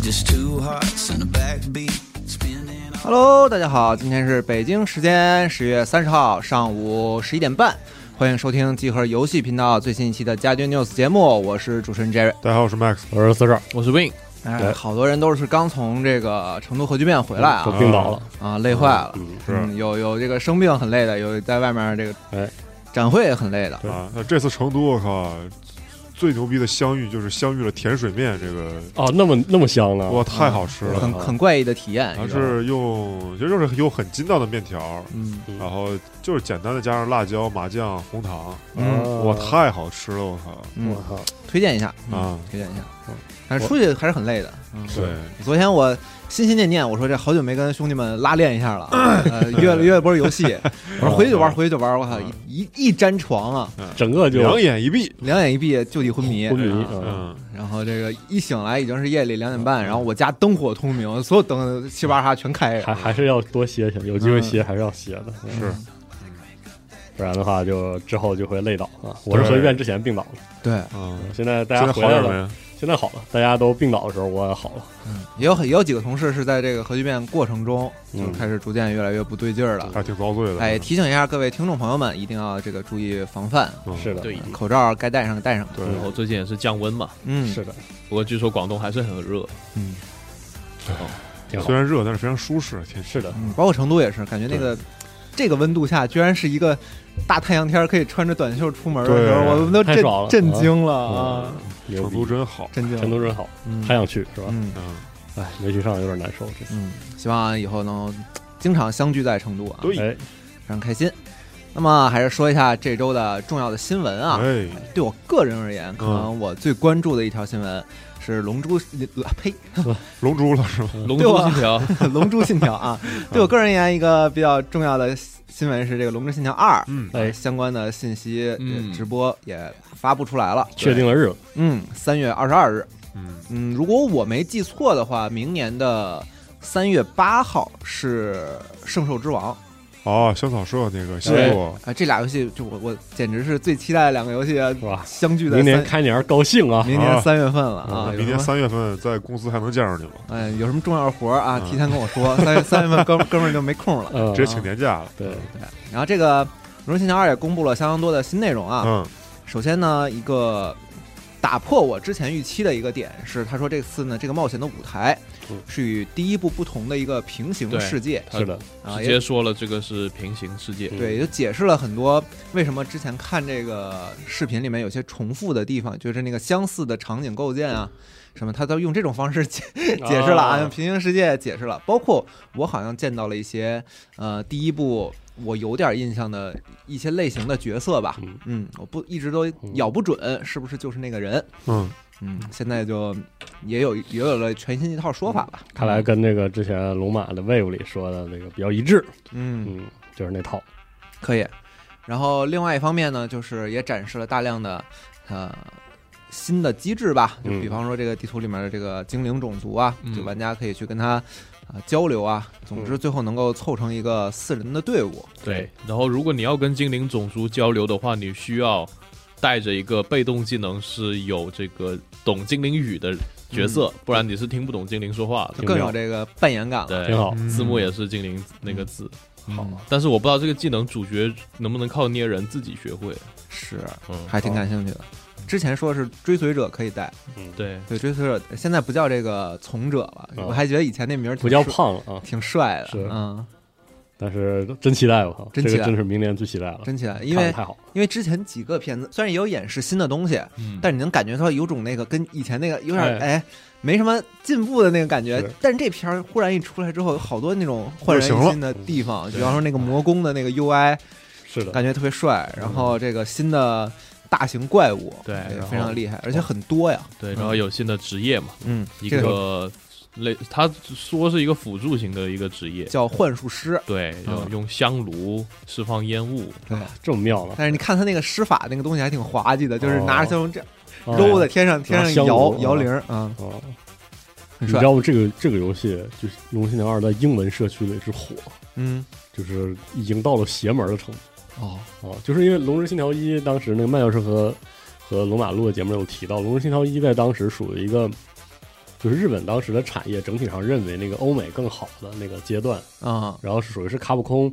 just two hearts and a backbeat spinning all- Hello，大家好，今天是北京时间十月三十号上午十一点半，欢迎收听集合游戏频道最新一期的《家军 News》节目，我是主持人 Jerry。大家好，我是 Max，我是四十二，我是 Win，哎，对好多人都是刚从这个成都核聚变回来都啊，病倒了，啊，累坏了，嗯，嗯，有有这个生病很累的，有在外面这个哎展会很累的，是啊。那这次成都，我靠，最牛逼的相遇就是相遇了甜水面，这个哦，那么那么香呢？哇，太好吃了很。很怪异的体验。还你知道吗嗯啊是用，其实就是用很筋道的面条，嗯，然后就是简单的加上辣椒、麻酱、红糖，嗯哇，太好吃了，我靠！嗯我靠，推荐一下嗯啊啊推荐一下嗯。但是出去还是很累的。嗯，对，昨天我心心念念，我说这好久没跟兄弟们拉练一 下了，呃，约了约了波游戏，嗯我说回去就玩，回去就玩，我靠，一一沾床啊，整个就两眼一闭，两眼一闭就地昏迷，昏迷啊！嗯，然后这个一醒来已经是夜里两点嗯半，然后我家灯火通明，所有灯七八哈全开着，还还是要多歇歇，有机会歇还是要歇的，嗯嗯是不然的话就之后就会累倒啊。我是对核聚变之前病倒的，对，嗯，现在大现在家回好来点了，没？现在好了，大家都病倒的时候我也好了，也有很也有几个同事是在这个核聚变过程中就嗯开始逐渐越来越不对劲儿了。还挺遭罪的，哎，提醒一下各位听众朋友们，一定要这个注意防范，嗯是的，对，口罩该戴上戴上。对，然后最近也是降温嘛，嗯，是的，不过据说广东还是很热，嗯，挺好虽，然热，但是非常舒适，天是的，嗯，包括成都也是，感觉那个这个温度下，居然是一个大太阳天儿可以穿着短袖出门的时候，对我们都太震爽了震惊了啊！嗯牛成逼都，真好，震惊了，成都真好，嗯还想去是吧？嗯嗯，哎，没去上有点难受，这次嗯，希望以后能经常相聚在成都啊，非对，哎，常开心。那么还是说一下这周的重要的新闻啊。哎，对我个人而嗯言，可能我最关注的一条新闻是《龙珠》呃呸，龙珠了是吗？嗯龙对珠啊信条， 《龙珠信条》啊。对我个人而言，一个比较重要的新闻是这个《龙珠信条二》呃嗯，哎相关的信息呃嗯直播也发布出来了。确定了日子，嗯，三月二十二日。嗯，嗯，如果我没记错的话，明年的三月八号是《圣兽之王》啊、哦，香草社那个西对部，这俩游戏就我我简直是最期待两个游戏啊是吧？相聚在明年三开年儿高兴啊！嗯明年三月份了啊，那有明年什么三月份在公司还能见着你吗？哎有什么重要的活儿啊，嗯提前跟我说，三月三月份哥们哥们儿就没空了。嗯，直接请年假了。对，然后这个《龙珠信条二》也公布了相当多的新内容啊，嗯，首先呢，一个打破我之前预期的一个点是，他说这次呢，这个冒险的舞台嗯是与第一部不同的一个平行对世界他是的， 啊，直也嗯接说了这个是平行世嗯界，对，也就解释了很多为什么之前看这个视频里面有些重复的地方，就是那个相似的场景构建啊，什么，他都用这种方式 解解释了啊，用平行世界解释了。包括我好像见到了一些呃，第一部我有点印象的一些类型的角色吧嗯，嗯，我不一直都咬不准是不是就是那个人，嗯，哦嗯，现在就也有也有了全新一套说法吧，嗯嗯看来跟那个之前龙马的 Wave 里说的那个比较一致，嗯。嗯，就是那套，可以。然后另外一方面呢，就是也展示了大量的呃新的机制吧，就嗯比方说这个地图里面的这个精灵种族啊，嗯就玩家可以去跟他。啊，交流啊，总嗯之最后能够凑成一个四人的队伍。对。然后如果你要跟精灵种族交流的话，你需要带着一个被动技能是有这个懂精灵语的角色，不然你是听不懂精灵说话的。嗯就更有这个扮演感了。对，挺好。字幕也是精灵那个字。嗯嗯好啊但是我不知道这个技能主角能不能靠捏人自己学会。是，嗯，还挺感兴趣的。之前说是追随者可以带，对，对追随者现在不叫这个从者了，嗯我还觉得以前那名儿挺不叫帅，胖了啊，挺帅的，是嗯，但是真期待，我靠，真这期待个真是明年最期待了，真起来。因看得为太好了，因为之前几个片子虽然也有演示新的东西，嗯，但你能感觉到有种那个跟以前那个有点儿哎哎没什么进步的那个感觉是，但是这片儿忽然一出来之后，有好多那种焕然一新的地方，比对方说那个魔宫的那个 UI 是的，感觉特别帅，然后这个新的大型怪物对也然后非常厉害，而且很多呀，对，然后有新的职业嘛，嗯，一这个个类，他说是一个辅助型的一个职业，叫幻术师，啊对，嗯用用香炉释放烟雾，对。这么妙呢，但是你看他那个施法那个东西还挺滑稽的，就是哦拿着香炉这样揉在的，天上，天拿上香摇炉摇铃儿啊，哦，很你帅知。道吗？这个这个游戏就是《龙心娘二》在英文社区里是火，嗯，就是已经到了邪门的程度哦，啊，就是因为《龙之信条一》当时那个麦教授和和龙马录的节目里有提到，《龙之信条一》在当时属于一个就是日本当时的产业整体上认为那个欧美更好的那个阶段，啊，然后是属于是卡普空，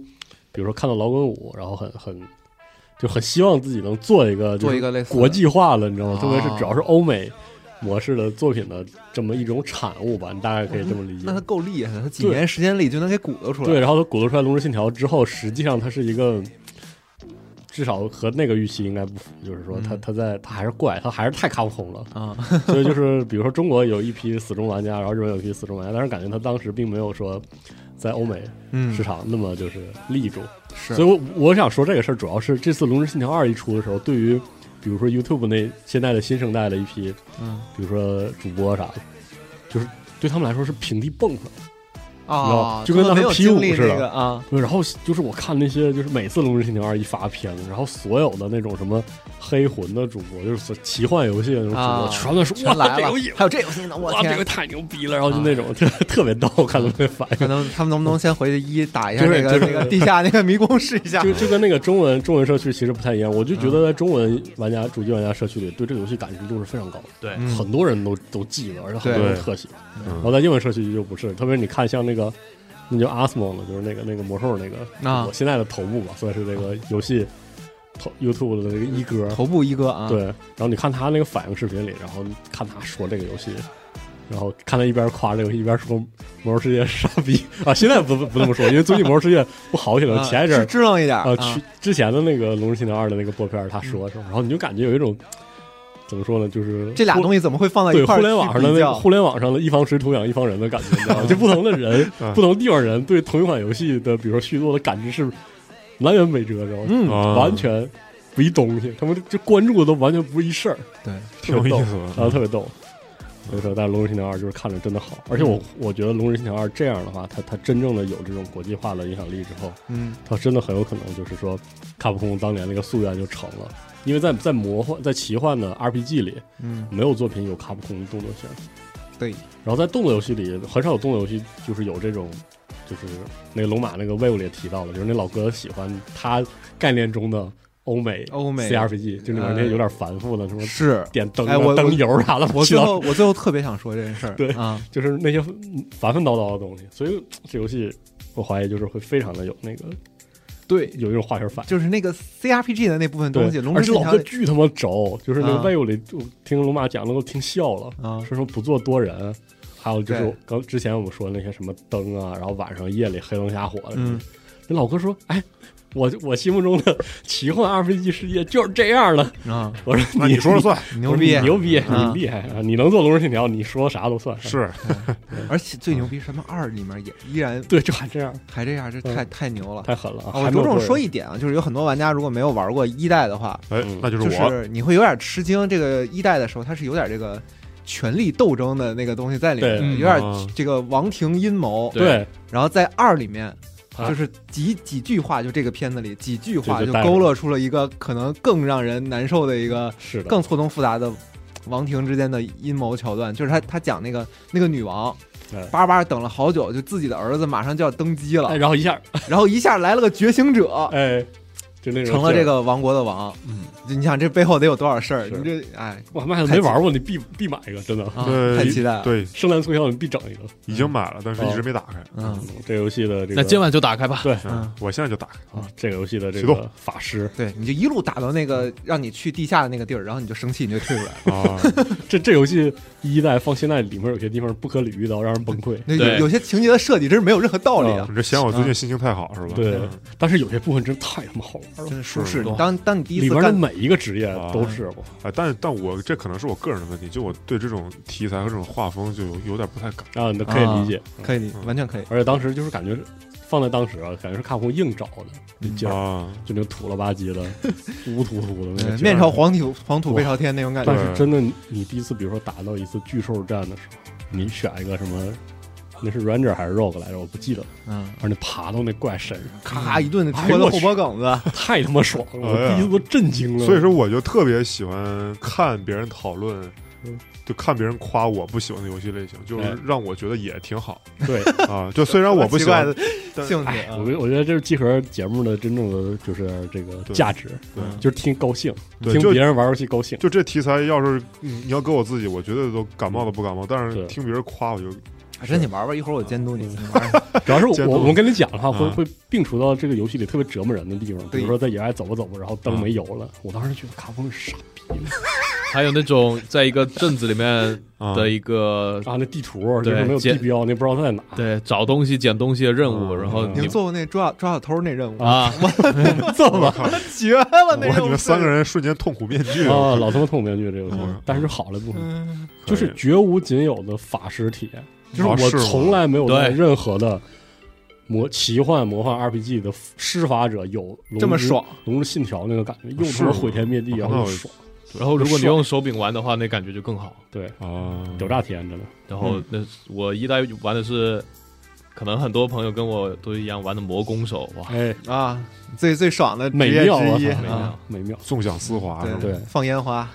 比如说看到老滚五，然后很很就很希望自己能做一个就是做一个类似的国际化了，你知道吗？哦特别是只要是欧美模式的作品的这么一种产物吧，你大概可以这么理解那。他够厉害的，他几对年时间里就能给鼓捣出来。对，，然后他鼓捣出来《龙之信条》之后，实际上它是一个。至少和那个预期应该不符，就是说他嗯他在他还是怪，他还是太卡普空了， 啊，所以就是比如说中国有一批死忠玩家，然后日本有一批死忠玩家，但是感觉他当时并没有说在欧美嗯市场那么就是立住，是所以我我想说这个事儿，主要是这次《龙之信条二》一出的时候，对于比如说 YouTube 那现在的新生代的一批，嗯比如说主播啥的，就是对他们来说是平地蹦的。啊，就跟他当没时有 P5 经历似的那个啊，然后就是我看那些，就是每次《龙之信条二》一发片子，然后所有的那种什么黑魂的主播，就是奇幻游戏的那种主播，啊全都说全哇来这了游戏，，还有这游戏呢，我哇这个天！啊太牛逼了，然后就那种、特特别逗，看他们的反应。可能他们能不能先回去一打一下就那是个就那是个地下那个迷宫试一下就就跟那个中文中文社区其实不太一样，我就嗯觉得在中文玩家、主机玩家社区里，对这个游戏感知度是非常高的，对 嗯很多人都都记得，而且很多人特喜欢。嗯然后在英文社区就不是，特别是你看像那个那叫 Asmo 了，就是那个那个魔兽那个，啊我现在的头部吧，算是这个游戏头 YouTube 的这个一哥。头部一哥啊，对，然后你看他那个反应视频里，然后看他说这个游戏。然后看他一边夸这个一边说《魔兽世界》傻逼啊！现在不不不这么说，因为最近《魔兽世界》不好起来啊，了。前一阵儿是支棱一点啊，去之前的那个《龙之信条二》的那个播片儿，他说的时候，然后你就感觉有一种怎么说呢，就是嗯这俩互东西怎么会放到对啊一块互儿联网上去比的那个较互联网上的一方水土养一方人的感觉，你知道 吗？就不同的人、嗯不同地方人对同一款游戏的，比如说续作的感知是南辕北辙，知道吗？嗯啊完全不一东西，他们就关注的都完全不是一事儿，对，挺有意思的嗯然后特别逗。所以说，但是《龙之信条二》就是看着真的好，而且嗯我我觉得《龙之信条二》这样的话，它它真正的有这种国际化的影响力之后，嗯他真的很有可能就是说，卡普空当年那个夙愿就成了，因为在在魔幻、在奇幻的 RPG 里，嗯，没有作品有卡普空的动作性，对，然后在动作游戏里，很少有动作游戏就是有这种，就是那个龙马那个 Wave 里也提到了，就是那老哥喜欢他概念中的欧美欧美 CRPG，就里面那些有点繁复的什么是点灯啊、哎我灯油啥的，我知最道后我最后特别想说这件事儿，对啊，啊 就是那些烦烦叨叨的东西，所以这游戏我怀疑就是会非常的有那个对，有一种化学反应。就是那个 CRPG 的那部分对，东西，龙而之且信条老哥巨他妈轴，就是那个啊外有里，我听龙马讲的都听笑了，啊说什么不做多人，还有就是对我刚之前我们说的那些什么灯啊，然后晚上夜里黑灯瞎火的，嗯，那老哥说，哎。我我心目中的奇幻 RPG 世界就是这样了。啊，我说那你说了 算，牛逼你牛逼，啊你厉害啊！你能做《龙之信条》，你说啥都算。是而且最牛逼，什么二里面也依然对，就还这样，还这样，这太嗯太牛了。太狠了啊！啊，我着还没重有多人说一点啊，就是有很多玩家如果没有玩过一代的话，哎嗯，那就是就我，是你会有点吃惊。这个一代的时候，它是有点这个权力斗争的那个东西在里面对的，嗯有点啊这个王庭阴谋。对，然后在二里面，啊就是几几句话，就这个片子里几句话这就就带勾勒出了一个可能更让人难受的一个是的，更错综复杂的王庭之间的阴谋桥段，就是他他讲那个那个女王对。巴巴等了好久，就自己的儿子马上就要登基了哎，，然后一下，然后一下来了个觉醒 者，哎，就那种成了劲这儿个王国的王。嗯，你想这背后得有多少事儿？是你这哎我他妈还没玩过，你必必买一个，真的。啊，嗯对太期待了。对，圣诞促销你必整一个。已经买了，但是一直没打开。嗯，这游戏的这个那今晚就打开吧。对嗯，我现在就打 开。啊，这个游戏的这启个动法师，对，你就一路打到那个让你去地下的那个地儿，然后你就生气，你就退出来了。啊，这这游戏一代放现在里面有些地方不可理喻到让人崩溃，那对有有些情节的设计真是没有任何道理啊嗯，你这嫌我最近心情太好是吧？对嗯，但是有些部分真太他妈好玩了，真是舒适。是你当当你第一里次面的干每一个职业都是我，哎，但是但我这可能是我个人的问题，就我对这种题材和这种画风就有有点不太敢。啊，你都可以理解。可以，完全可以。而且当时就是感觉放在当时啊，感觉是卡普空硬找的那劲儿，啊，就那土了吧 唧的，乌突突的那个嗯劲儿面朝。黄土，黄土背朝天那种感觉但。是真的，你第一次比如说打到一次巨兽战的时候，你选一个什么，那是 Ranger 还是 Rogue 来着？我不记得了。嗯，而你爬到那怪身上，咔一顿戳的后脖梗子。太他妈爽了！我第一次都震惊了。所以说我就特别喜欢看别人讨论就看别人夸我不喜欢的游戏类型，就是嗯哎让我觉得也挺好对， 啊。就虽然我 不奇喜怪欢的，但兴趣哎，啊我觉得我觉得这是集合节目的真正的就是这个对价值，对就是听高兴，对嗯听就别人玩游戏高兴。 就这题材，要是嗯你要搁我自己，我绝对都感冒的不感冒。但是对听别人夸，我就还哎真你玩玩，一会儿我监督你。你玩玩主要是监我督我们跟你讲的话，会嗯会并除到这个游戏里特别折磨人的地方，比对如说在野外走吧走吧，然后灯嗯没油了，我当时觉得卡普空是傻逼还有那种在一个镇子里面啊，的一个啊，那地图就对是没有地捡标，那不知道它在哪。对找东西捡东西的任务，嗯然后嗯你你们做过那抓抓小偷那任务？啊，这么我靠！ 绝了，那我任务你们三个人瞬间痛苦面具啊，老他妈痛面具这个嗯但是好的部分嗯可就以是绝无仅有的法师体验，就是啊我是吗从来没有在对任何的魔奇幻魔幻 RPG 的施法者有龙之这么爽，龙之信条那个感觉，又是他妈吗毁天灭地，我然看到后又有爽， 然后如果你就用手柄玩的话，那感觉就更好。对，啊，屌炸天真的。然后那我一代玩的是，可能很多朋友跟我都一样玩的魔弓手，哇，哎，啊，最最爽的职美业妙啊之一，美啊妙，美妙，纵享丝滑是对吗？对放烟花。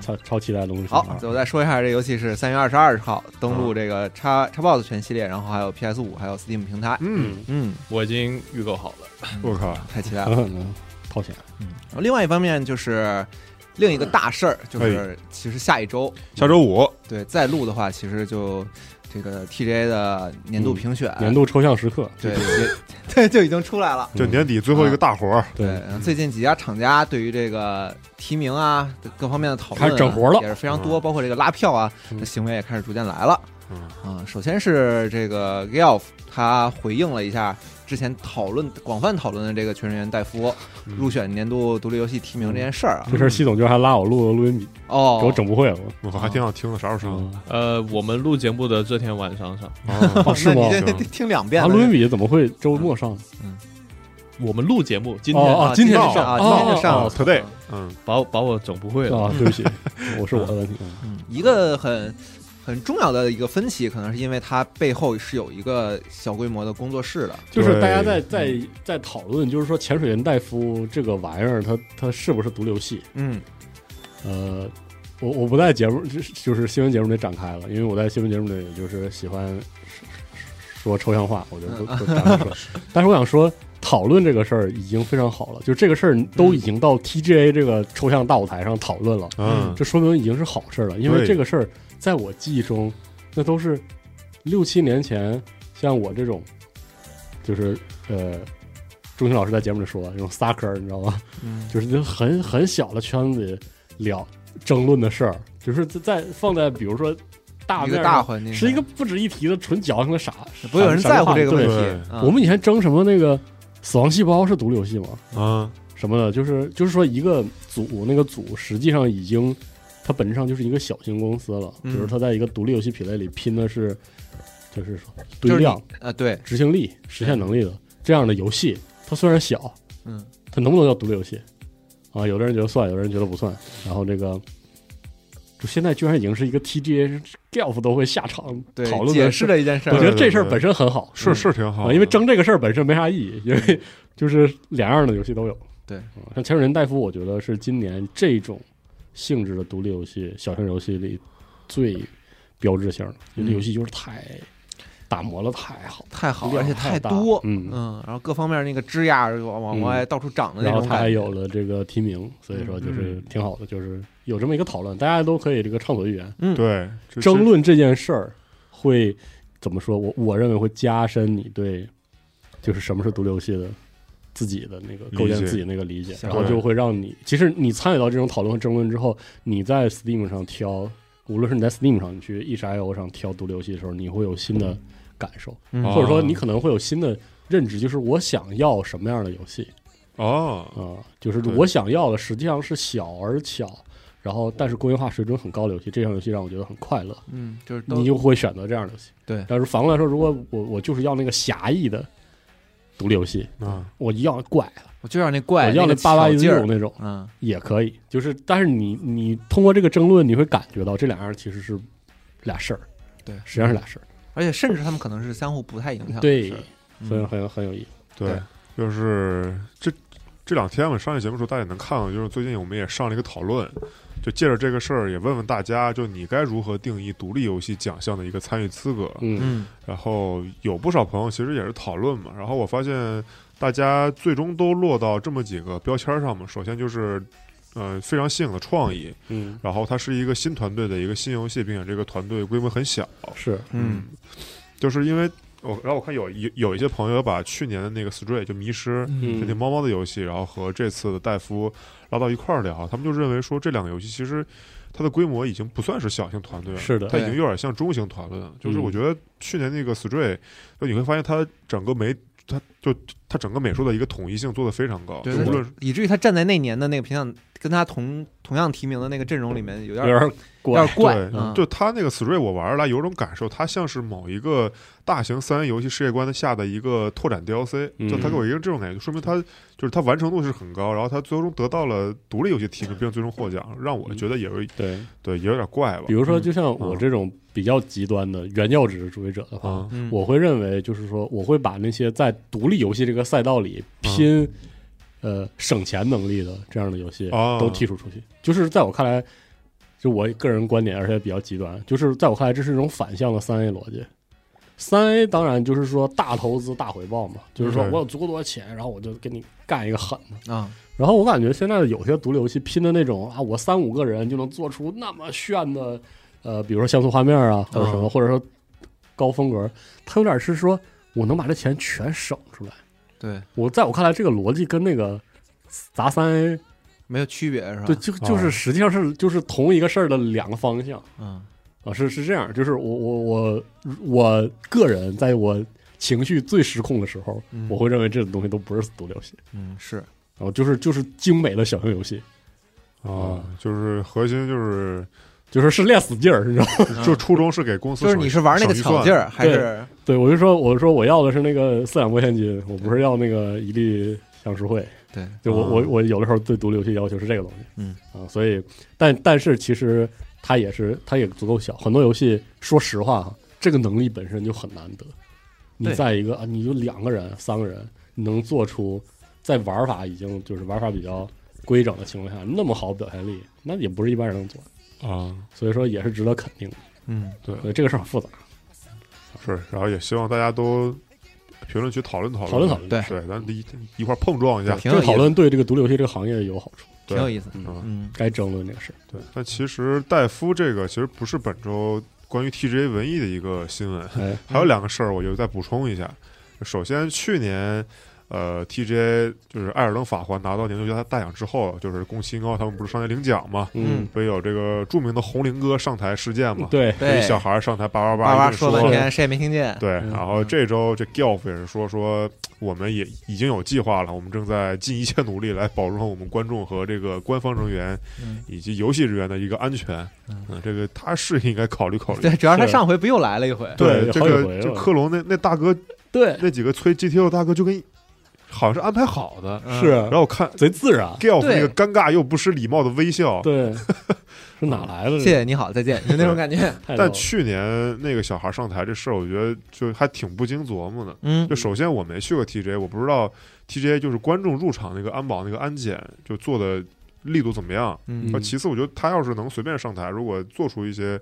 超超期待龙之信好条，我再说一下，这游戏是三月二十二号登陆这个叉叉 box 全系列，然后还有 PS 五，还有 Steam 平台。嗯，嗯，我已经预购好了。我靠，太期待了狠。嗯狠的掏钱，然后另外一方面就是另一个大事儿，就是哎其实下一周下周五对再录的话，其实就这个 TJ 的年度评选，嗯年度抽象时刻，啊嗯对对对就已经 出来了。就年底最后一个大活儿，对，然后最近几家厂家对于这个提名啊各方面的讨论啊、开始整活了也是非常多，包括这个拉票啊嗯的行为也开始逐渐来了。嗯啊，首先是这个 Gelf，他回应了一下之前讨论广泛讨论的这个全人员戴夫嗯入选年度独立游戏提名这件事儿啊。这事儿系统居然还拉我录录音笔，哦，嗯给我整不会了。我还挺想听的，啥时候上？嗯呃，我们录节目的这天晚上上，啊 哦，是吗那？你这行听两遍啊，了，嗯录音笔怎么会周末上？我们录节目，今天、哦哦，今天就上啊，今哦天就上哦了。哦，today，嗯，把我把我整不会了。啊，对 不起，我是我的问题。嗯嗯一个很很重要的一个分歧，可能是因为它背后是有一个小规模的工作室的。就是大家在在在讨论，就是说潜水员戴夫这个玩意儿，它它是不是独立游戏？嗯，呃，我我不在节目，就是就是新闻节目里展开了，因为我在新闻节目里就是喜欢说说抽象话，我就不不展开说。嗯但是我想说，讨论这个事儿已经非常好了，就这个事儿都已经到 TGA 这个抽象大舞台上讨论了，嗯，这说明已经是好事儿了。因为对这个事儿在我记忆中，那都是六七年前，像我这种，就是呃。钟情老师在节目里说，那种撒坑儿，你知道吗？嗯就是那很很小的圈子里聊争论的事儿，就是在在放在比如说大一面个儿大上环境是一个不值一提的纯矫情的傻，不会有人在乎这个问对题。啊我们以前争什么那个死亡细胞是独立游戏吗？啊，什么的，就是就是说一个组那个组实际上已经，它本质上就是一个小型公司了，嗯比如它在一个独立游戏品类里拼的是，就是说就堆是你量、啊，对，执行力、实现能力的这样的游戏，它虽然小，嗯，它能不能叫独立游戏啊？有的人觉得算，有的人觉得不算。然后这个，就现在居然已经是一个 TGA Gelf 都会下场对讨，论解的释，的一件事我儿觉。得这事儿本身很好，是是挺好啊，的，因为争这个事儿本身没啥意义，因为就是两样的游戏都有。对啊，像《潜水人戴夫》，我觉得是今年这种性质的独立游戏、小型游戏里最标志性的，因为这游戏就是太打磨了，太好了。太好了，量而且太太大多，嗯然后各方面那个枝桠往往嗯外到处长的那然后种他感还觉，嗯有了这个提名，所以说就是挺好的，就是有这么一个讨论，大家都可以这个畅所欲言。对这争论这件事儿会怎么说？我我认为会加深你对就是什么是独立游戏的自己的那个构建理解自己那个理解，是然后就会让你其实你参与到这种讨论和争论之后，你在 Steam 上挑，无论是你在 Steam 上你去 e i o 上挑独立游戏的时候，你会有新的感受，嗯或者说哦你可能会有新的认知，就是我想要什么样的游戏。哦，啊、就是对我想要的实际上是小而巧，然哦后但是工业化水准很高的游戏，这样游戏让我觉得很快乐，嗯，就是都你就会选择这样的游戏。对但是反过来说，如果我我就是要那个狭义的独立游戏，啊，我要怪的，我就要那怪，我要那那个八八一巧劲六儿，那种嗯，也可以。就是，但是你你通过这个争论，你会感觉到这两样其实是俩事儿，对实际上是俩事儿，而且甚至他们可能是相互不太影响的事儿，对，嗯所以很有很有意思。对对，就是这。这两天我们上一节目的时候，大家也能看到，就是最近我们也上了一个讨论，就借着这个事儿也问问大家，就你该如何定义独立游戏奖项的一个参与资格？嗯嗯然后有不少朋友其实也是讨论嘛，然后我发现大家最终都落到这么几个标签上嘛，首先就是。呃，非常新颖的创意，嗯，然后它是一个新团队的一个新游戏，并且这个团队规模很小，是嗯，就是因为我，然后我看有有有一些朋友把去年的那个 Stray 就迷失，嗯就那猫猫的游戏，然后和这次的戴夫拉到一块儿聊，他们就认为说这两个游戏其实它的规模已经不算是小型团队了，是的它已经有点像中型团队了。就是我觉得去年那个 Stray，就你会发现它整个美，它就它整个美术的一个统一性做得非常高，就对，无论对以至于他站在那年的那个评奖跟他同同样提名的那个阵容里面，有有点点儿有点怪，怪，对，嗯就它那个 Stray 我玩来有种感受，它像是某一个大型三 A 游戏世界观的下的一个拓展 DLC，、嗯就它给我一个这种感觉，就说明它就是它完成度是很高，然后它最终得到了独立游戏提名并最终获奖，让我觉得也有、对，对也有点怪吧嗯比。如说，就像我这种比较极端的原教旨主义者的话，嗯嗯我会认为就是说，我会把那些在独立游戏这个赛道里拼、呃省钱能力的这样的游戏嗯哦都剔除出去。就是在我看来，就我个人观点，而且比较极端，就是在我看来，这是一种反向的三 A 逻辑。三 A 当然就是说大投资大回报嘛，就是说嗯我有足够多的钱，然后我就给你干一个狠的。啊，然后我感觉现在的有些独立游戏拼的那种啊，我三五个人就能做出那么炫的，呃，比如说像素画面啊，或者什么，或者说高风格，它有点是说我能把这钱全省出来。对，我在我看来，这个逻辑跟那个砸三 A 没有区别是吧？对，就就是实际上是就是同一个事儿的两个方向嗯啊，是是这样，就是我我我我个人在我情绪最失控的时候，嗯我会认为这种东西都不是独立游戏，嗯是，然后就是就是精美的小型游戏，啊，嗯就是核心就是就是是练死劲儿，你知道吗。嗯就初衷是给公司就是你是玩那个巧劲儿，儿，还是嗯对，我就说，我说我要的是那个四两拨千斤，我不是要那个一粒向日葵。对就我、啊我我有的时候对独立游戏要求是这个东西，嗯啊，所以但但是其实它也是它也足够小，很多游戏说实话哈，这个能力本身就很难得。你对在一个啊，你就两个人、三个人，你能做出在玩法已经就是玩法比较规整的情况下那么好的表现力，那也不是一般人能做的，啊，所以说也是值得肯定的。嗯对所以这个事儿很复杂，是，然后也希望大家都评论区讨论讨论讨论讨论，对对，咱一一块儿碰撞一下，挺这有个意思讨，论对这个独立游戏这个行业有好处。挺有意思，嗯嗯该争论这个事儿。对，但其实戴夫这个其实不是本周关于 TGA 文艺的一个新嗯闻，哎，还有两个事儿，我就再补充一下。首先，去年呃 TGA 就是《艾尔登法环》拿到年度最佳大奖之后，就是宫崎英高他们不是上台领奖嘛，嗯，不也有这个著名的红绫哥上台事件嘛？，对，嗯对，小孩儿上台叭叭叭叭叭一顿说说半天，谁也没听见，对，嗯然后这周这 Gelf 也是说说，我们也已经有计划了，我们正在尽一切努力来保证我们观众和这个官方人员嗯以及游戏人员的一个安全。嗯嗯，这个他是应该考虑考虑。对，主要他是上回不又来了一回， 对这好几回个了这克隆那那大哥对，那几个催 GTO 大哥就跟好像是安排好的，嗯是，啊然后我看贼自然，啊 Gelf 那对个尴尬又不失礼貌的微笑。对， 是哪来的？谢谢你好，再见，就那种感觉，太逗了但去年那个小孩上台这事儿，我觉得就还挺不经琢磨的。嗯就首先我没去过 TJ，我不知道 TJ 就是观众入场那个安保那个安检就做的力度怎么样。嗯那其次，我觉得他要是能随便上台，如果做出一些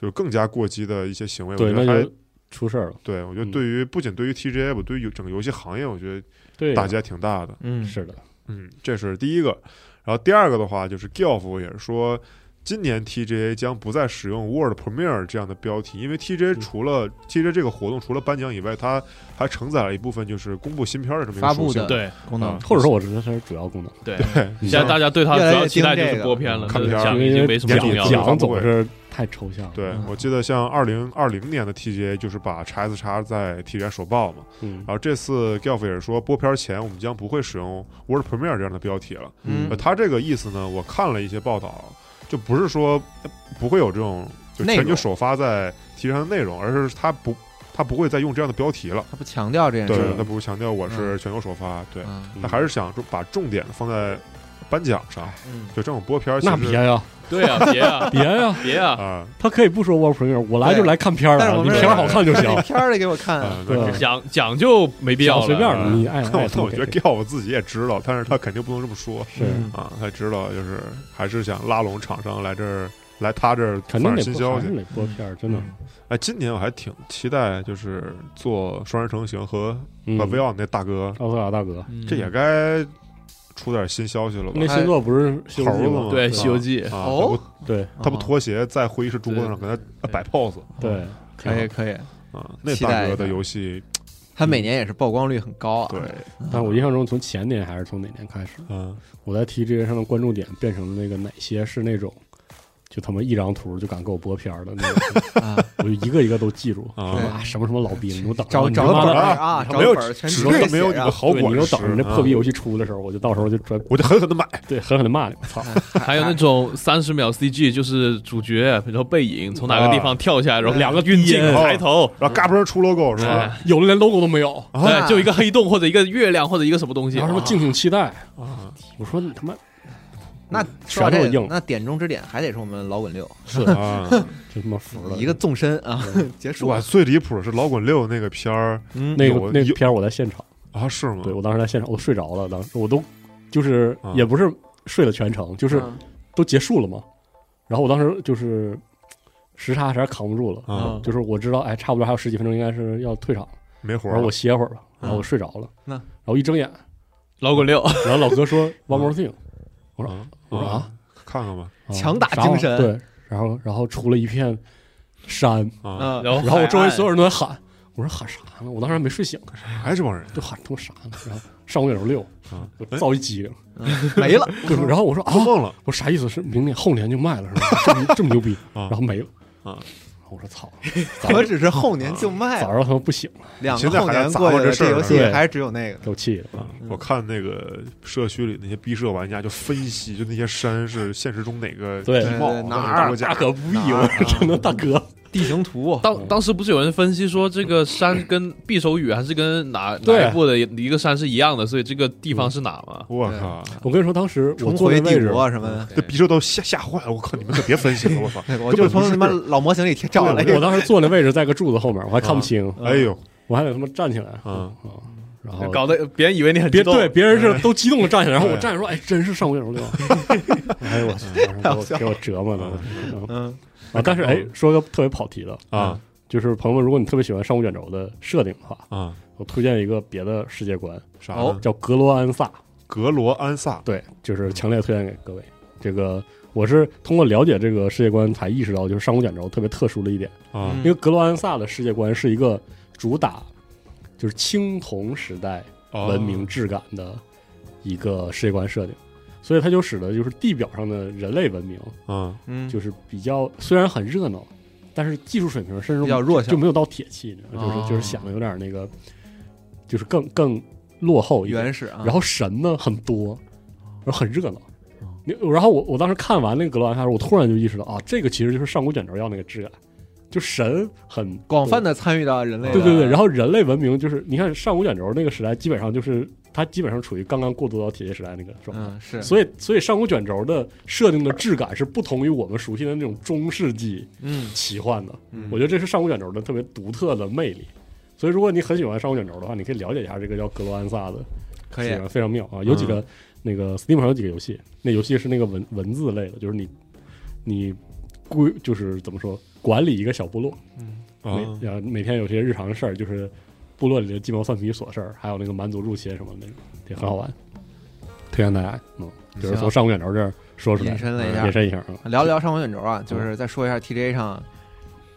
就是更加过激的一些行为，我对，觉得那还就出事儿了。对我觉得嗯对于不仅对于 TJ 吧，对于整个游戏行业，我觉得对呀，打击还挺大的。嗯是的，嗯，这是第一个。然后第二个的话，就是 Gelf 也是说，今年 TGA 将不再使用 World Premiere 这样的标题，因为 TGA 嗯除了、TGA 这个活动除了颁奖以外，它还承载了一部分就是公布新片的这么一个发布属性的嗯对功能啊，或者说我觉得它是主要功能，对，你现在大家对他主越来越要期待就盯这是个播嗯片了，看这片儿奖已经没什因么为重也要讲重了。讲总是太抽象了。对，嗯我记得像二零二零年的 TGA 就是把 x S x 在 TGA 首曝嘛，嗯然，后这次 Gelf 也是说播片前我们将不会使用 World Premiere 这样的标题了。嗯呃，他这个意思呢，我看了一些报道，就不是说呃不会有这种就全内球容首发在题上的内容，而是他不他不会再用这样的标题了。他不强调这件对事，嗯是嗯他不是强调我是全球首发，对，嗯他还是想说把重点放在颁奖上，嗯就这种播片儿其那实别呀，对啊，别啊，别 呀，别啊，啊，他可以不说 world premiere，我来就来看片儿但是了，我你们片儿好看就行， 那片儿得给我看啊，嗯对那啊讲讲就没必要了，随便的，你爱那 爱我怎那么我给觉得调我自己也知道，但是他肯定不能这么说是嗯啊，他知道就是还是想拉拢厂商来这儿来他这儿肯传定点得新播消还是息。得播片儿，真的，哎，今年我还挺期待，就是做《双人成行》和嗯和，威奥那大哥，奥斯卡大哥，嗯这也该出点新消息了吧那？新作不是西游记猴子吗嘛？对《嗯西游记》啊，哦对他不他不脱鞋在会议室桌子上搁那摆 pose 啊对，哎可以可以，啊，那期待大一下哥的游戏它每年也是曝光率很高啊。对，但我印象中，从前年还是从哪年开始，嗯我在 TGA 上的关注点变成了那个哪些是那种，就他妈一张图就敢给我播片儿的那 种，啊，我就一个一个都记住啊啊，什么什么老兵，你给我等着找哦你找啊个他妈本的儿啊 啊，找没有个本儿全啊指都定是没有写你着们好对，果你就实等着那破逼游戏出的时候，我就到时候就专，我就狠狠的买，对，狠狠的骂你们，操！啊还有那种三十秒 CG，就是主角然后背影从哪个啊地方跳下来，然哎后两个运镜嗯抬头，然后嘎嘣儿出 logo 是吧？哎哦有的连 logo 都没有，对，就一个黑洞或者一个月亮或者一个什么东西，然后什么啊哇敬请期待，啊，我说你他妈那说到全都这是硬个，那点中之点还得是我们老滚六是啊，真他妈服了，一个纵深啊，结束哇，。最离谱的是老滚六那个片儿嗯，那有个那个有片儿我在现场。啊，是吗对？我当时在现场，我睡着了，当时我都就是啊也不是睡了全程，就是嗯都结束了嘛。然后我当时就是时差实在扛不住了，啊，就是我知道哎，差不多还有十几分钟应该是要退场，没活我儿说了我歇会儿吧，然后我嗯睡着了，那然后一睁眼，老 滚六，然后老 哥说 one 嗯 more thing，我说啊我说啊啊，，看看吧啊强打啥精玩意儿神对，然后然后出了一片山，啊，嗯，然后然后我周围海岸所有人都在喊，我说喊啥呢？我当时还没睡醒，还这帮人就喊他妈啥呢？然后上午有时六，啊，我造一机灵，没哎了，对，然后我说 啊做。梦了我啥意思？是明年后年就卖了是吧？ 这么这么牛逼，啊然后没了啊！然后我说操，我只是哎后年就卖早了，知道他们不行了，两现个在后还在年砸过去我这了，事儿这游戏对还是只有那个呢。给我气的。啊！我看那个社区里那些逼社玩家就分析，就那些山是现实中哪个对地貌对对哪哪儿个国家啊大可不必，哪我说真的大哥，地形图，当当时不是有人分析说，这个山跟匕首雨还是跟哪哪对嗯一部的一个山是一样的，所以这个地方是哪嘛？我靠！我跟你说，当时我 重坐回那位帝置国，啊什么的。这逼社都吓吓坏了！我靠，你们可别分析了！我 操！对我根就本不从是他妈老模型里找了一我个，当时坐那位置在个柱子后面，我还看不清，嗯哎呦，我还得他妈站起来嗯然后搞得别人以为你很激别动，对，别人哎是都激动的站起来，然后我对站起来说：“哎，真是上古九六。”哎呦我操，当时给我给我折磨的嗯，啊！但是哎，说个特别跑题的啊，就是朋友们，如果你特别喜欢上古卷轴的设定的话，啊！我推荐一个别的世界观，啥嗯哦呢？叫格罗安萨。格罗安萨对，就是强烈推荐给各位。这个我是通过了解这个世界观才意识到，就是上古卷轴特别特殊的一点，啊嗯因为格罗安萨的世界观是一个主打就是青铜时代哦文明质感的一个世界观设定，所以它就使得就是地表上的人类文明啊嗯，就是比较虽然很热闹，但是技术水平甚至比较弱小就没有到铁器，就是哦就是显得有点那个，就是更更落后一点。原始啊。然后神呢很多，然后很热闹。你然后我我当时看完那个格罗安萨时候，我突然就意识到啊，这个其实就是上古卷轴要那个质感，就神很广泛的参与到人类的，对对对，然后后人类文明就是你看上古卷轴那个时代，基本上就是它基本上处于刚刚过渡到铁器时代那个状态。嗯是，所以，所以上古卷轴的设定的质感是不同于我们熟悉的那种中世纪嗯奇幻的。嗯我觉得这是上古卷轴的特别独特的魅力。所以，如果你很喜欢上古卷轴的话，你可以了解一下这个叫格罗安萨的可是以啊，非常妙啊！有几个、那个 Steam 上有几个游戏，那游戏是那个文文字类的，就是你你规就是怎么说管理一个小部落，啊每啊每天有些日常的事儿，就是部落里的鸡毛蒜皮琐事儿，还有那个蛮族入侵什么的那种，也很好玩，推荐大家。嗯，就是行从上古卷轴这儿说出来，延伸了一延下，伸一下啊。聊聊上古卷轴啊，就是再说一下 TGA 上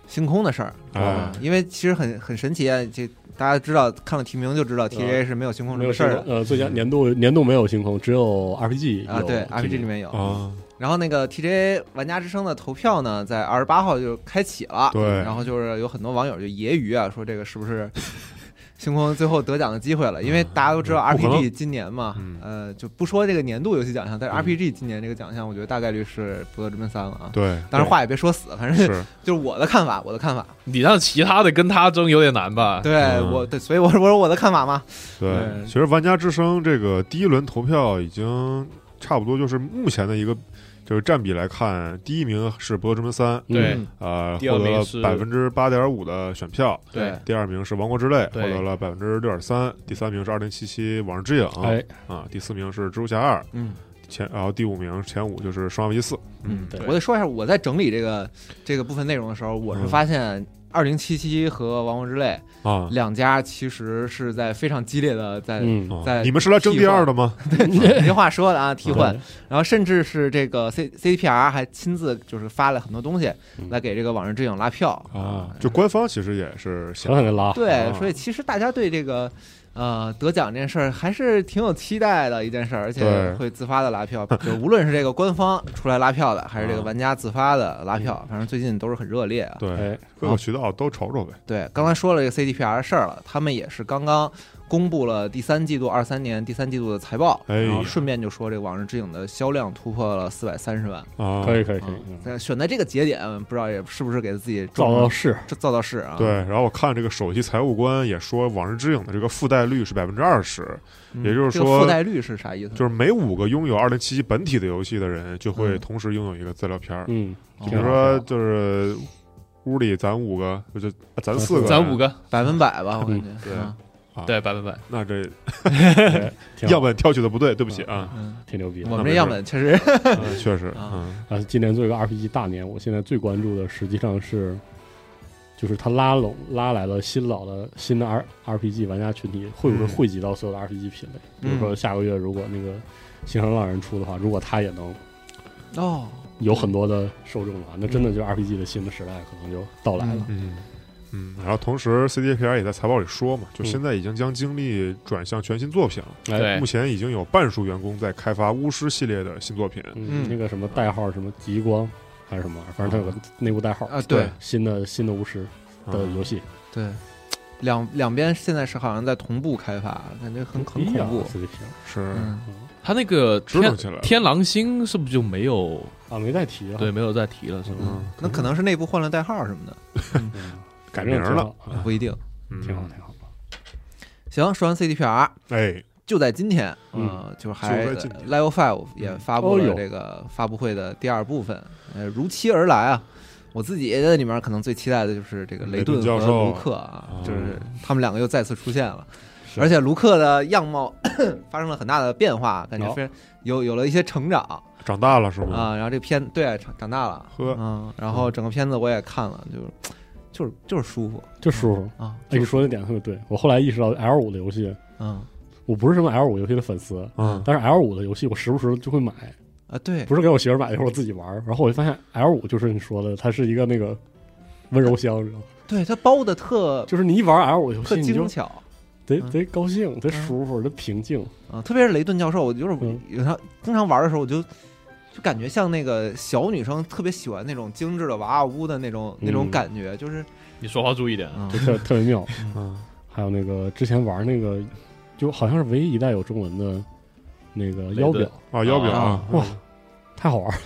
星空的事儿啊啊，因为其实很很神奇啊，这大家知道看了提名就知道 TGA 是没有星空这嗯没有个事儿的呃，最佳年度年度没有星空，只有 RPG 有啊，对今年 RPG 里面有，啊！然后那个 TGA 玩家之声的投票呢，在二十八号就开启了。对然后就是有很多网友就揶揄啊，说这个是不是 星空最后得奖的机会了？因为大家都知道嗯不可能 RPG 今年嘛，嗯呃，就不说这个年度游戏奖项，但是 RPG 今年这个奖项，我觉得大概率是《博德之门三》了啊。对，当然话也别说死，反正是 嗯就是我的看法，我的看法。你让其他的跟他争有点难吧？对、我，对，所以我说我说我的看法嘛。对，对其实玩家之声这个第一轮投票已经差不多就是目前的一个这个占比来看，第一名是《博德之门三》，对嗯呃，第二获得名了是百分之八点五的选票，对，第二名是《王国之泪》，获对得了百分之六点三，第三名是《二零七七：往日之影》，哎，啊，第四名是《蜘蛛侠二》，嗯，前然后第五名前五就是《生化危机四》，嗯，对我得说一下，我在整理这个这个部分内容的时候，我是嗯发现二零七七和《王国之泪》啊，两家其实是在非常激烈的在，嗯，啊在你们是来争第二的吗？你 这话说的啊，替对换，然后甚至是这个 C C P R 还亲自就是发了很多东西嗯来给这个《往日之影》拉票 啊，就官方其实也是想狠狠的拉，对啊，所以其实大家对这个呃得奖这件事儿还是挺有期待的一件事儿，而且对会自发的拉票， 就无论是这个官方出来拉票的，还是这个啊嗯玩家自发的拉票，反正最近都是很热烈啊。对哎，各个渠道都瞅瞅呗，对，刚才说了这个 CDPR 的事儿了，他们也是刚刚公布了第三季度二三年第三季度的财报，哎然后顺便就说这个《往日之影》的销量突破了四百三十万。啊，可以可以可以啊，嗯在选在这个节点，不知道也是不是给自己造撞造势，造造势啊？对，，然后我看这个首席财务官也说，《往日之影》的这个附带率是百分之二十，也就是嗯这个说附带率是啥意思？就是每五个拥有二零七七本体的游戏的人，就会嗯同时拥有一个资料片儿。嗯，哦比如说，就是屋里咱五个，就咱四个，咱五，个，百分百吧，我感觉。嗯对啊对，百分百。那这哎挺好样本挑取的不对，对不起啊，嗯，挺牛逼的 我们这样本确实，嗯确实，啊嗯，啊！今年作为一个 RPG 大年，我现在最关注的实际上是，就是他拉拢拉来了新老的新的 R RPG 玩家群体，会不会嗯汇集到所有的 RPG 品类？比如嗯说下个月如果那个《新上浪人》出的话，如果他也能哦，有很多的受众的话，那真的就 RPG 的新的时代可能就到来了。嗯嗯，然后同时 CDPR 也在财报里说嘛，就嗯现在已经将精力转向全新作品了。哎对目前已经有半数员工在开发巫师系列的新作品。嗯，嗯嗯那个什么代号什么极光还是什么玩意儿，反正它有个内部代号啊对新的新的巫师嗯的游戏， 对，两两边现在是好像在同步开发，感觉很很哎恐怖。四 D 屏哎是嗯，他那个折腾天起来了。天狼星是不是就没有啊，没再提了。对没有再提了？是吗？嗯，那可能是内部换了代号什么的，嗯，改名反正挺了好，不一定。嗯啊挺好，挺好。行，说完 CDPR，哎，就在今天，嗯呃，就是还就在今天 Level Five 也发布哦了哟这个发布会的第二部分，呃，如期而来啊！我自己在里面可能最期待的就是这个雷雷顿顿和教授卢克啊哦，就是他们两个又再次出现了，而且卢克的样貌 发生了很大的变化，感觉哦非常有有了一些成长长大了是吗？啊。然后这片对长长大了，嗯呵嗯，然后整个片子我也看了，就是就是就是舒服就舒嗯服。啊，哎，你说那点特别对，我后来意识到 L 五的游戏，嗯我不是什么 L 五游戏的粉丝，嗯，但是 L 五的游戏我时不时就会买，啊对，不是给我媳妇儿买，就是我自己玩儿。然后我就发现 L 五就是你说的，它是一个那个温柔乡，你知道吗？对他包的特就是你一玩 L 五游戏，特你就精巧。得嗯得高兴，得嗯舒服，得平静。啊，特别是雷顿教授，我就是嗯有他经常玩的时候，我就就感觉像那个小女生特别喜欢那种精致的娃娃屋的那种那种嗯感觉，就是你说话注意点啊。啊就，特特别妙。嗯还有那个之前玩那个，就好像是唯一一代有中文的那个雷腰顿表，啊，腰表啊哇，太好玩儿，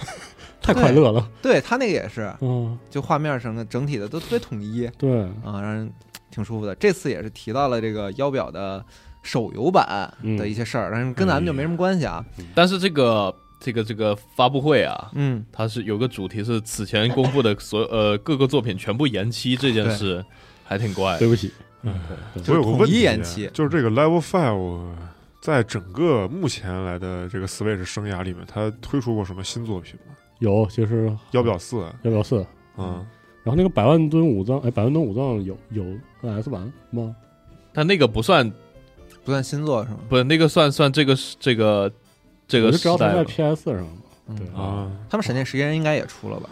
太快乐了。对他那个也是，嗯，就画面什么的整体的都特别统一对，啊，让人挺舒服的。这次也是提到了这个腰表的手游版嗯的一些事儿，但是跟咱们就没什么关系啊。哎嗯但是这个这个这个发布会啊，嗯，它是有个主题是此前公布的所有呃各个作品全部延期这件事，还挺怪对。不起，我有个问统一题啊延期，就是这个 Level Five 在整个目前来的这个 Switch 生涯里面，它推出过什么新作品嗯吗？有就是腰表四，啊幺表四，嗯，然后那个百万吨武藏，哎，百万吨武藏有有 NS 版吗？但那个不算，不算新作是吗？不是那个算算这个这个这我个就知道时它代在了。 PS 上嘛。嗯对啊，他们闪电时间应该也出了吧？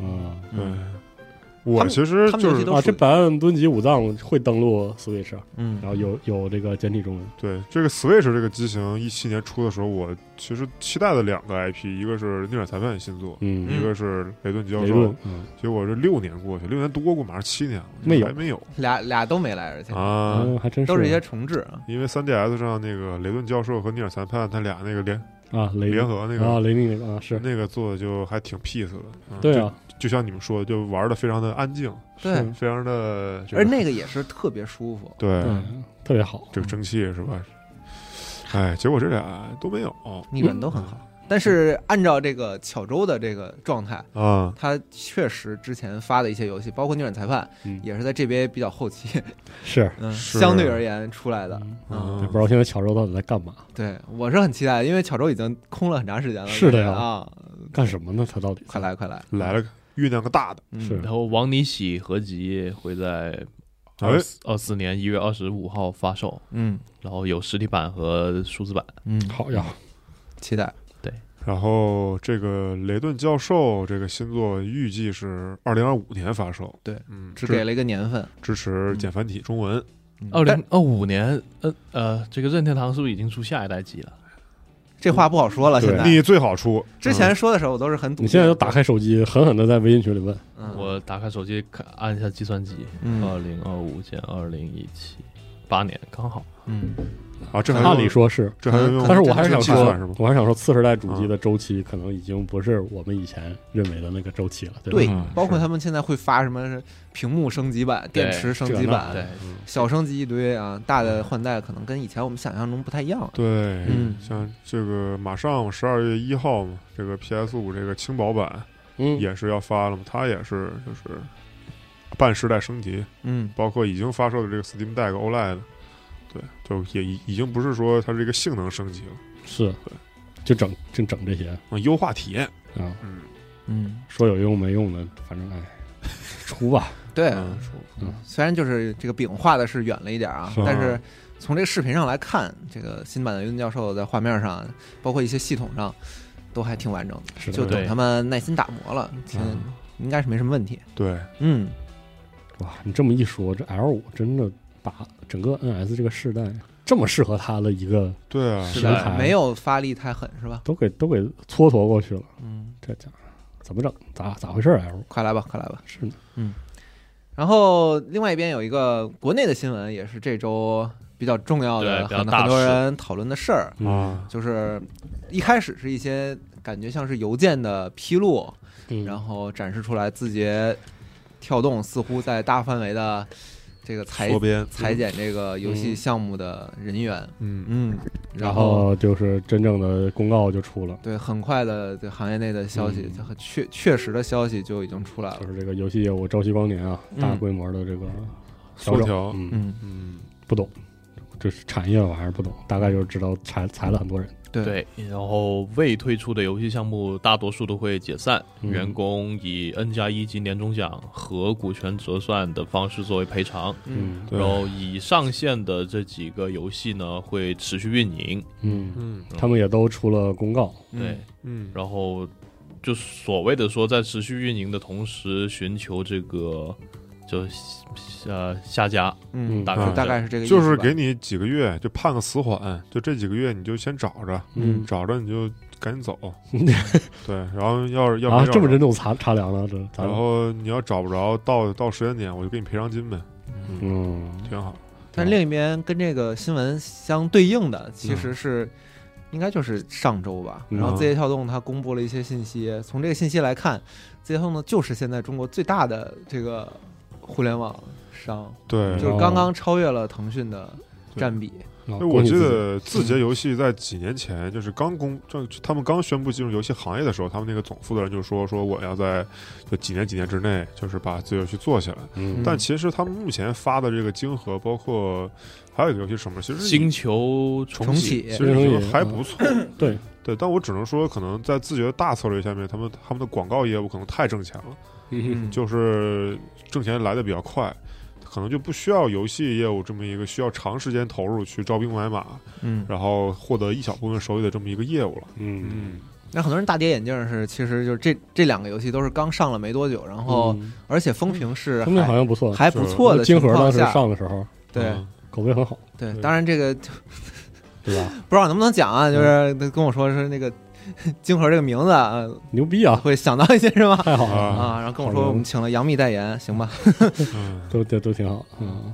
啊对嗯，他我们其实他们就游戏是都啊，属这于百万吨级武藏会登录 Switch，嗯，然后有有这个简体中文。对这个 Switch 这个机型，一七年出的时候，我其实期待的两个 IP，一个是《逆转裁判》新作，一嗯，个是雷顿教雷授顿，。嗯结果这六年过去，六年多过，马上七年了，没有还没有俩俩都没来，而且啊。嗯，还真都是一些重置啊。因为 3DS 上那个雷顿教授和尼尔裁判他俩那个联啊，雷联合那哦啊，个嗯雷顿那个啊，是那个做的就还挺 peace 的，嗯对啊，就，就像你们说的，就玩的非常的安静，对，嗯是非常的这个而那个也是特别舒服。对对，嗯特别好。这个蒸汽是吧？哎，结果这俩都没有，嗯逆转都很好。但是按照这个巧周的这个状态，啊，他确实之前发的一些游戏，包括《逆转裁判》，嗯也是在 GBA 比较后 期，是嗯，是相对而言出来的。嗯嗯，也不知道现在巧周到底在干嘛，对我是很期待，因为巧周已经空了很长时间了。是的呀啊，干什么呢？他到底快来快来，来了个酝酿个大的，嗯是然后王尼喜合集会在哎啊二二四年一月二十五号发售，嗯然后有实体版和数字版。嗯，好呀，期待。然后这个雷顿教授这个新作预计是二零二五年发售，对，嗯，只支给了一个年份，支持简繁体中文，嗯哦二但零二五年，呃呃，这个任天堂是不是已经出下一代机了？这话不好说了。对嗯现在你最好出之前说的时候，我都是很笃定。你现在就打，开手机，狠狠的在微信群里问，嗯、我打开手机看，按一下计算机，二呃嗯零二五减二零一七，八年刚好。嗯啊，这还按理用说是，这还用但是我还是想计算是说吗，？我还是想说，次世代主嗯机的周期可能已经不是我们以前认为的那个周期了，对吧？，嗯包括他们现在会发什么屏幕升级版、对电池升级这那版，对，小升级一堆啊，大的换代可能跟以前我们想象中不太一样。对，嗯像这个马上十二月一号嘛，这个 PS 五这个轻薄版嗯，也是要发了嘛，它也是就是半世代升级，嗯包括已经发售的这个 Steam Deck OLED，对，就也已已经不是说它是一个性能升级了，是，就整就整这些啊，优化体验，啊，嗯，嗯，说有用没用的，反正哎，出吧，对，嗯虽然就是这个饼画的是远了一点啊是，但是从这个视频上来看，这个新版的云教授在画面上，包括一些系统上，都还挺完整的，是的就等他们耐心打磨了，其实嗯应该是没什么问题。对，嗯，哇，你这么一说，这 L 五真的把整个 NS 这个世代这么适合它的一个对啊，是平的，台没有发力太狠是吧？都给都给蹉跎过去了，嗯，这家伙怎么整？咋咋回事儿？L 快来吧，快来吧。是呢，然后另外一边有一个国内的新闻，也是这周比较重要的，对比较很大很多事人讨论的事儿，啊，就是一开始是一些感觉像是邮件的披露，嗯，然后展示出来字节跳动似乎在大范围的这个裁缩编，裁减这个游戏项目的人员，嗯，嗯，然然后后就是真正的公告就出了。对很快的对行业内的消息，嗯就很确确实的消息就已经出来啊了就，是这个游戏业务周期光年啊，嗯大规模的这个调嗯缩整，条，嗯，嗯，嗯，不懂，这是产业我还是不懂，大概就是知道裁裁了很多人，对，对，然后未推出的游戏项目大多数都会解散，嗯员工以 N 加一及年终奖和股权折算的方式作为赔偿，嗯，对然，后已上线的这几个游戏呢会持续运营，嗯，嗯他们也都出了公告，嗯对，嗯，然后就所谓的说在持续运营的同时寻求这个就呃下家，嗯，大概就大概是这个意思就吧，是给你几个月，就判个死缓，就这几个月你就先找着，嗯找着你就赶紧 走，对，然后要是要啊没，这么着人，都茶茶凉了，这咋然整？后你要找不着，到到时间点我就给你赔偿金呗，嗯，挺好，但另一边跟这个新闻相对应的，其实是、应该就是上周吧。嗯然后字节跳动它公布了一些信息，从这个信息来看，字节跳动就是现在中国最大的这个互联网商，对嗯，就是刚刚超越了腾讯的占比。那哎因为我记得字节游戏在几年前，就是刚公，就他们刚宣布进入游戏行业的时候，他们那个总负责人就说说我要在就几年几年之内，就是把自由游戏做起来。嗯但其实他们目前发的这个晶核，包括还有一个游戏是什么，其实星球重重启，启其，实已经嗯还不错。对对，但我只能说，可能在自觉的大策略下面，他们他们的广告业务可能太挣钱了，嗯就是挣钱来的比较快，可能就不需要游戏业务这么一个需要长时间投入去招兵买马，嗯，然后获得一小部分收益的这么一个业务了。嗯，嗯，那很多人大跌眼镜是，其实就是这这两个游戏都是刚上了没多久，然后、嗯而且风评是他们好还像不错，还不错的金情盒当况时下，上的时候，对嗯口碑很好，对，对当然这个对吧？不知道能不能讲啊，就是跟我说是那个 晶核这个名字啊，牛逼啊，会想到一些什么太好了啊，啊，然后跟我好说的我们请了杨幂代言，行吧？嗯都都都挺好，嗯，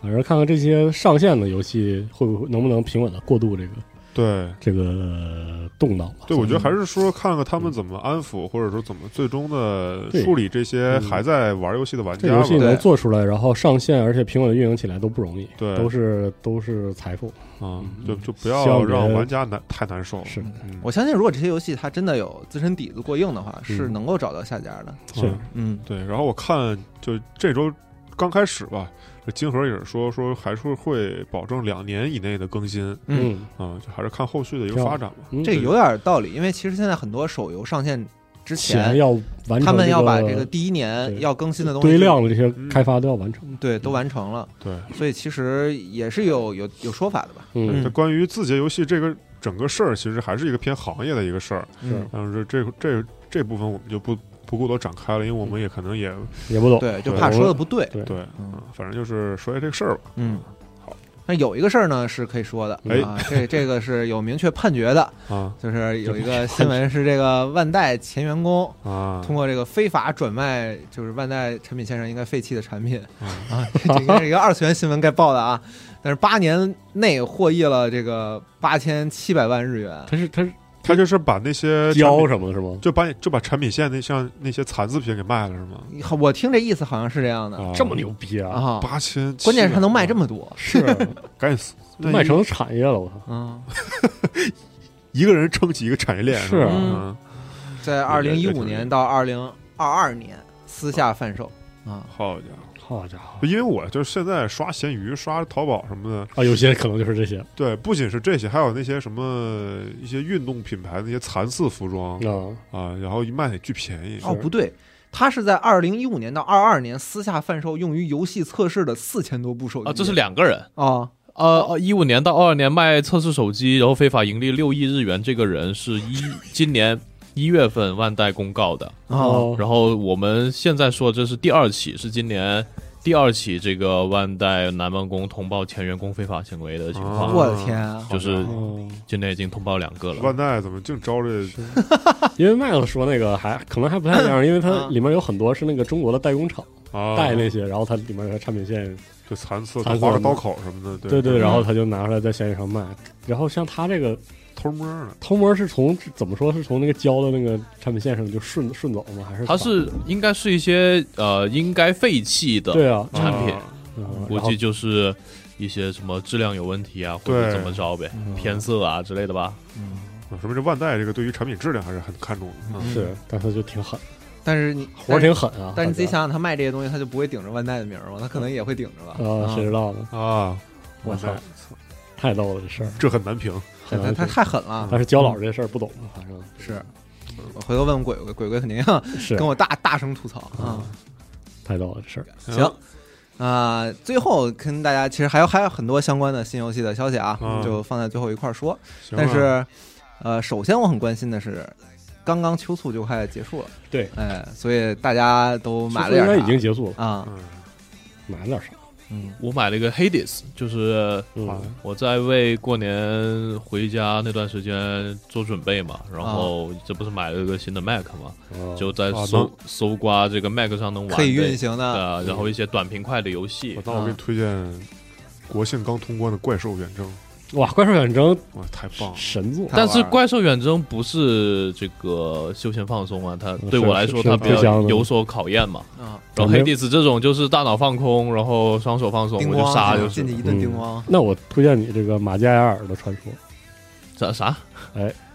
反正看看这些上线的游戏会不会能不能平稳的过渡这个 对这个、呃动脑了。对，我觉得还是说看看他们怎么安抚，或者说怎么最终的对梳理这些嗯还在玩游戏的玩这家游戏吧。能对做出来，然后上线，而且平稳运营起来都不容易，对都是都是财富。啊，嗯就就不希要望别让人玩家难太难受了。是嗯，我相信，如果这些游戏它真的有自身底子过硬的话，是嗯能够找到下家的。是嗯嗯，对，然后我看就这周刚开始吧，这金河也是说说还是会保证两年以内的更新嗯嗯，啊，就还是看后续的一个挺好发展吧。嗯这个有点道理，因为其实现在很多手游上线之钱前，要完成，他们要把这这个第一年对要更新的东西堆量的这些嗯开发都要完成。对都完成了，对，所以其实也是有有有说法的吧。嗯这关于字节游戏这个整个事儿，其实还是一个偏行业的一个事儿。嗯，但是这这这部分我们就不不过多展开了，因为我们也可能也也不懂。对，就对怕我说的不对。对对，嗯，反正就是说一下这个事儿吧。嗯好。那有一个事儿呢是可以说的哎啊，这这个是有明确判决的，啊就是有一个新闻是这个万代前员工啊，通过这个非法转卖，就是万代产品线上应该废弃的产品嗯啊，这应该是一个二次元新闻该报的啊。但是八年内获益了这个八千七百万日元，他是他是他就是把那些产教品什么的是吗？就把就把产品线那像那些残次品给卖了是吗？我听这意思好像是这样的啊这么牛逼啊！啊。八千，关键是他能卖这么多， 是赶紧死，那卖一成产业了，我靠！嗯，一个人撑起一个产业链是吧？嗯嗯，在二零一五年到二零二二年私下贩售啊，好家伙！好 家伙因为我就是现在刷闲鱼、刷淘宝什么的，啊，有些可能就是这些对，不仅是这些，还有那些什么一些运动品牌的那些残次服装啊，啊，然后一卖也巨便宜。哦，不对，它是在二零一五年到二二年私下贩售用于游戏测试的四千多部手机哦啊，这是两个人。啊，呃，一五年到二二年卖测试手机，然后非法盈利六亿日元，这个人是一今年一月份万代公告的。啊哦，然后我们现在说这是第二起，是今年第二起这个万代南办公通报前员工非法行为的情况，哦我的天啊，就是哦，今年已经通报两个了万。代怎么净招这？因为麦克说那个还可能还不太一样，因为它啊里面有很多是那个中国的代工厂啊，代那些，然后它里面的产品线，就残次，残次划个刀口什么的，对对，嗯对，然后他就拿出来在闲鱼上卖。然后像他这个偷摸的。偷摸是从怎么说是从那个胶的那个产品线上就顺顺走吗？还是它是应该是一些呃应该废弃的对啊，产品，啊嗯估计就是一些什么质量有问题啊，或者对怎么着呗，嗯偏色啊之类的吧。啊说明这万代这个对于产品质量还是很看重的啊嗯是，但是就挺狠，但是你活儿挺狠啊。但是你自己大想想，他卖这些东西，他就不会顶着万代的名儿吗？他可能也会顶着吧。家啊，谁知道呢？啊！我万代操，太逗了这事儿，这很难评。他很他难他评太狠了但，是嗯胶老师这事儿不懂，反正是。我回头问问鬼鬼，鬼鬼肯定要是跟我大大声吐槽啊嗯！太逗了这事儿。行啊、最后跟大家其实还有还有很多相关的新游戏的消息啊，嗯就放在最后一块儿说。行但吧是，呃，首先我很关心的是，刚刚秋促就快结束了，对，哎，所以大家都买了应点该啥已经结束了，啊，嗯买了点啥？嗯我买了一个 Hades，就是好嗯，我在为过年回家那段时间做准备嘛，啊然后这不是买了个新的 Mac 嘛，哦就在啊搜、能搜刮这个 Mac 上能玩可以的运行的，啊，然后一些短平快的游戏我。那我给你推荐国庆刚通关的《怪兽远征》，哇，怪兽远征哇，太棒了！神作，但是好玩怪兽远征不是这个休闲放松啊，它嗯对是我来是说是它比不较香的有所考验嘛。啊，然后咱们 Hades 这种就是大脑放空，然后双手放松，叮我就杀咣就进去是一顿叮嗯咣，那我推荐你这个马加亚尔的传说，啥啥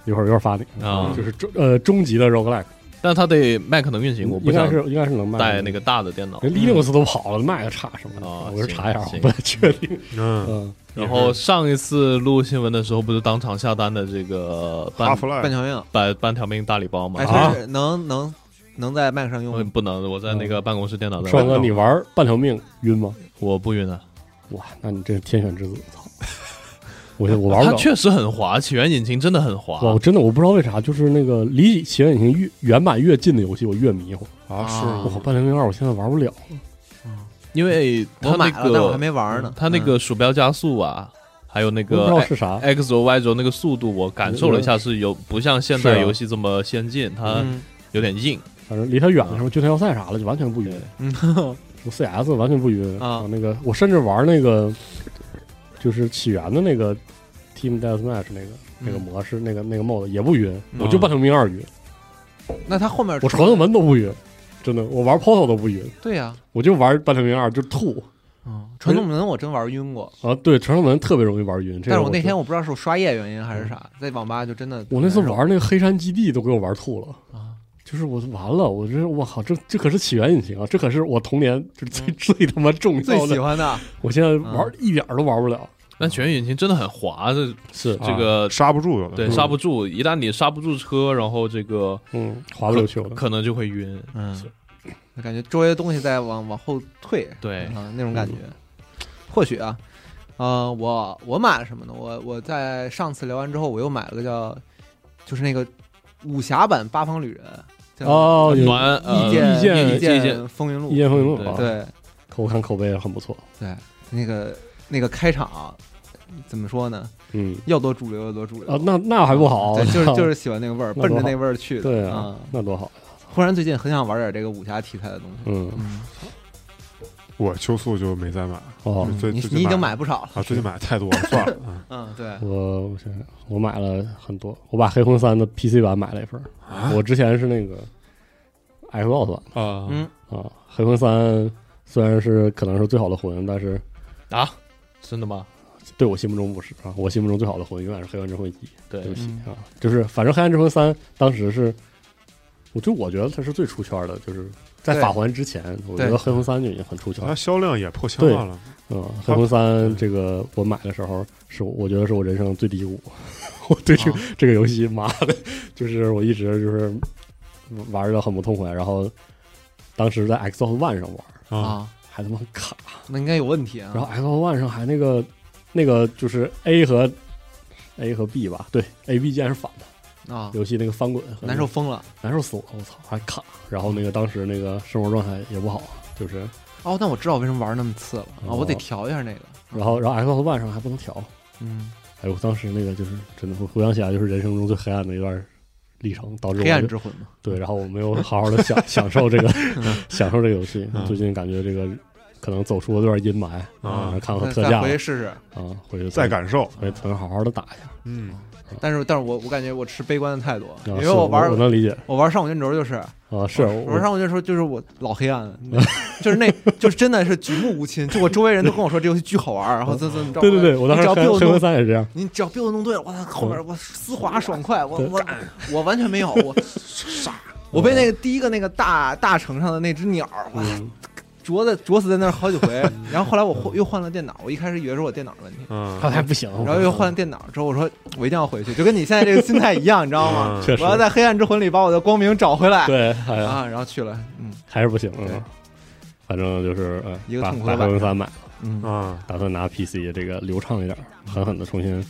一会儿一会儿发你，啊就。是终呃终极的 roguelike，但它得 Mac 能运行，我不应该想是应该是能卖带的那个。大的电脑。人 Linux 都跑了，卖个差什么的？哦我是查一下，我行不太确定。嗯，嗯，然后上一次录新闻的时候，不是当场下单的这个哈啊半弗半赖条命，半半条命大礼包嘛哎，？啊它是能能能在麦上用我嗯吗不能，我在那个办公室电脑爽上，哥，你玩半条命晕吗？我不晕啊。哇，那你这天选之子，操！我我玩它不了。确实很滑，起源引擎真的很哇，滑我。真的我不知道为啥，就是那个离起源引擎越原版越近的游戏，我越迷糊。啊，是啊哇，吗半条命二我现在玩不了了。因为它我那买了，但我还个没玩嗯呢。嗯它那个鼠标加速啊，还有那我不个哎知道是啥， X 轴 Y 轴那个速度，我感受了一下，是有不像现是代啊游戏这么先进，呃它嗯，有点硬。反正离它远的时候，就算要赛啥了，就完全不晕。嗯什么 CS 完全不晕啊那个我甚至玩那个就是起源的那个 Team Deathmatch 那个那个嗯模式，那个那个 mod 也不晕，嗯我就半透明二晕，那他后面我传送门都不晕，真的，我玩 Portal 都不晕，对呀，我就玩半透明二就吐嗯，传送门我真玩晕过，啊！对，传送门特别容易玩晕，这但是个我那天我我不知道是我刷夜原因还是啥，在网吧就真的我那次难受玩那个黑山基地都给我玩吐了。啊，就是我完了，我这我靠，这这可是起源引擎啊，这可是我童年就是最、最他妈重嗯最要喜的，欢的我现在玩嗯一点儿都玩不了。但全引擎真的很滑，这是，这个啊刹不住有的，对刹不住，一旦你刹不住车，然后这个嗯，滑不溜秋的。可能就会晕。嗯 是，就感觉周围的东西在往往后退，哎对啊、那种感觉。嗯或许啊，呃，我我买了什么呢？我我在上次聊完之后，我又买了个叫，就是那个武侠版《八方旅人》叫哦，有暖呃意见意见意意见风云录一，剑风云录对啊，对口，我看口碑很不错。对，那个那个开场怎么说呢？嗯，要多主流有多主流啊，那那还不好，啊对，就是就是是喜欢那个味儿，那奔着多好那味儿去的。 对啊啊，，那多好。忽然最近很想玩点这个武侠题材的东西。嗯，嗯，我秋素就没再买啊，哦，最你最近你已经买买不少了。最近买的太多了，算了啊嗯，对，我我想想，我买了很多，我把黑魂三的 PC 版买了一份儿，啊我之前是那个 Xbox 版啊嗯，啊，黑魂三虽然是可能是最好的魂，但是啊，真的吗？对我心目中不是啊，我心目中最好的魂永远是《黑暗之魂一》，对对不起嗯啊，就是反正《黑暗之魂三》当时是，我就我觉得它是最出圈的，就是在对法环之前，我觉对啊得《黑魂三》就已经很出圈它了。销量也破千万了，嗯，《黑魂三》这个我买的时候是我我觉得是我人生最低谷， 我对这个、啊嗯这个游戏妈的，就是我一直就是玩的很不痛快，然后当时在 Xbox One 上玩，啊，啊，还他妈卡。那应该有问题啊。然后 Xbox One 上还那个那个就是 A 和 A 和 B 吧，对，A B 键是反的，啊，游戏那个翻滚，难受疯了。难受死我了，我操，还卡。然后那个当时那个生活状态也不好，就是，哦，那我知道我为什么玩那么次了啊，哦我得调一下那个。然后然后 Xbox One 上还不能调，嗯，哎，我当时那个就是真的，我回想起来就是人生中最黑暗的一段历程，导致黑暗我就之魂嘛，对，然后我没有好好的享 享 受这个享受这个游戏嗯，最近感觉这个可能走出了段阴霾啊然后看看那哦特嗯再价回去试试。啊，回去再，感受，回去咱好好的打一下，嗯，但是，但是我我感觉我持悲观的态度，因啊为是我我玩我能理解我玩上古卷轴就是，啊，是我玩上古卷轴就是我老黑暗了， 就是那就是真的是举目无亲，就我周围人都跟我说这游戏巨好玩，然后怎怎么着，哦对对对，我当时你只黑要被我黑魂弄。三也是这样，你只要被我弄对了，我操，后面我丝滑爽快，我我我完全没有，我傻，我被那个第一个那个大大城上的那只鸟，我操嗯，啄的啄死在那儿好几回，然后后来我换又换了电脑，我一开始以为是我电脑的问题，嗯后来不 行，然后又换了电脑之后，我说我一定要回去，就跟你现在这个心态一样，你知道吗？确实我要在黑暗之魂里把我的光明找回来。对，哎呀，啊，然后去了，嗯还是不行，对嗯，反正就是呃一个，把痛苦把的晚上黑魂三买了，嗯，啊，打算拿 PC 这个流畅一点，狠狠的重新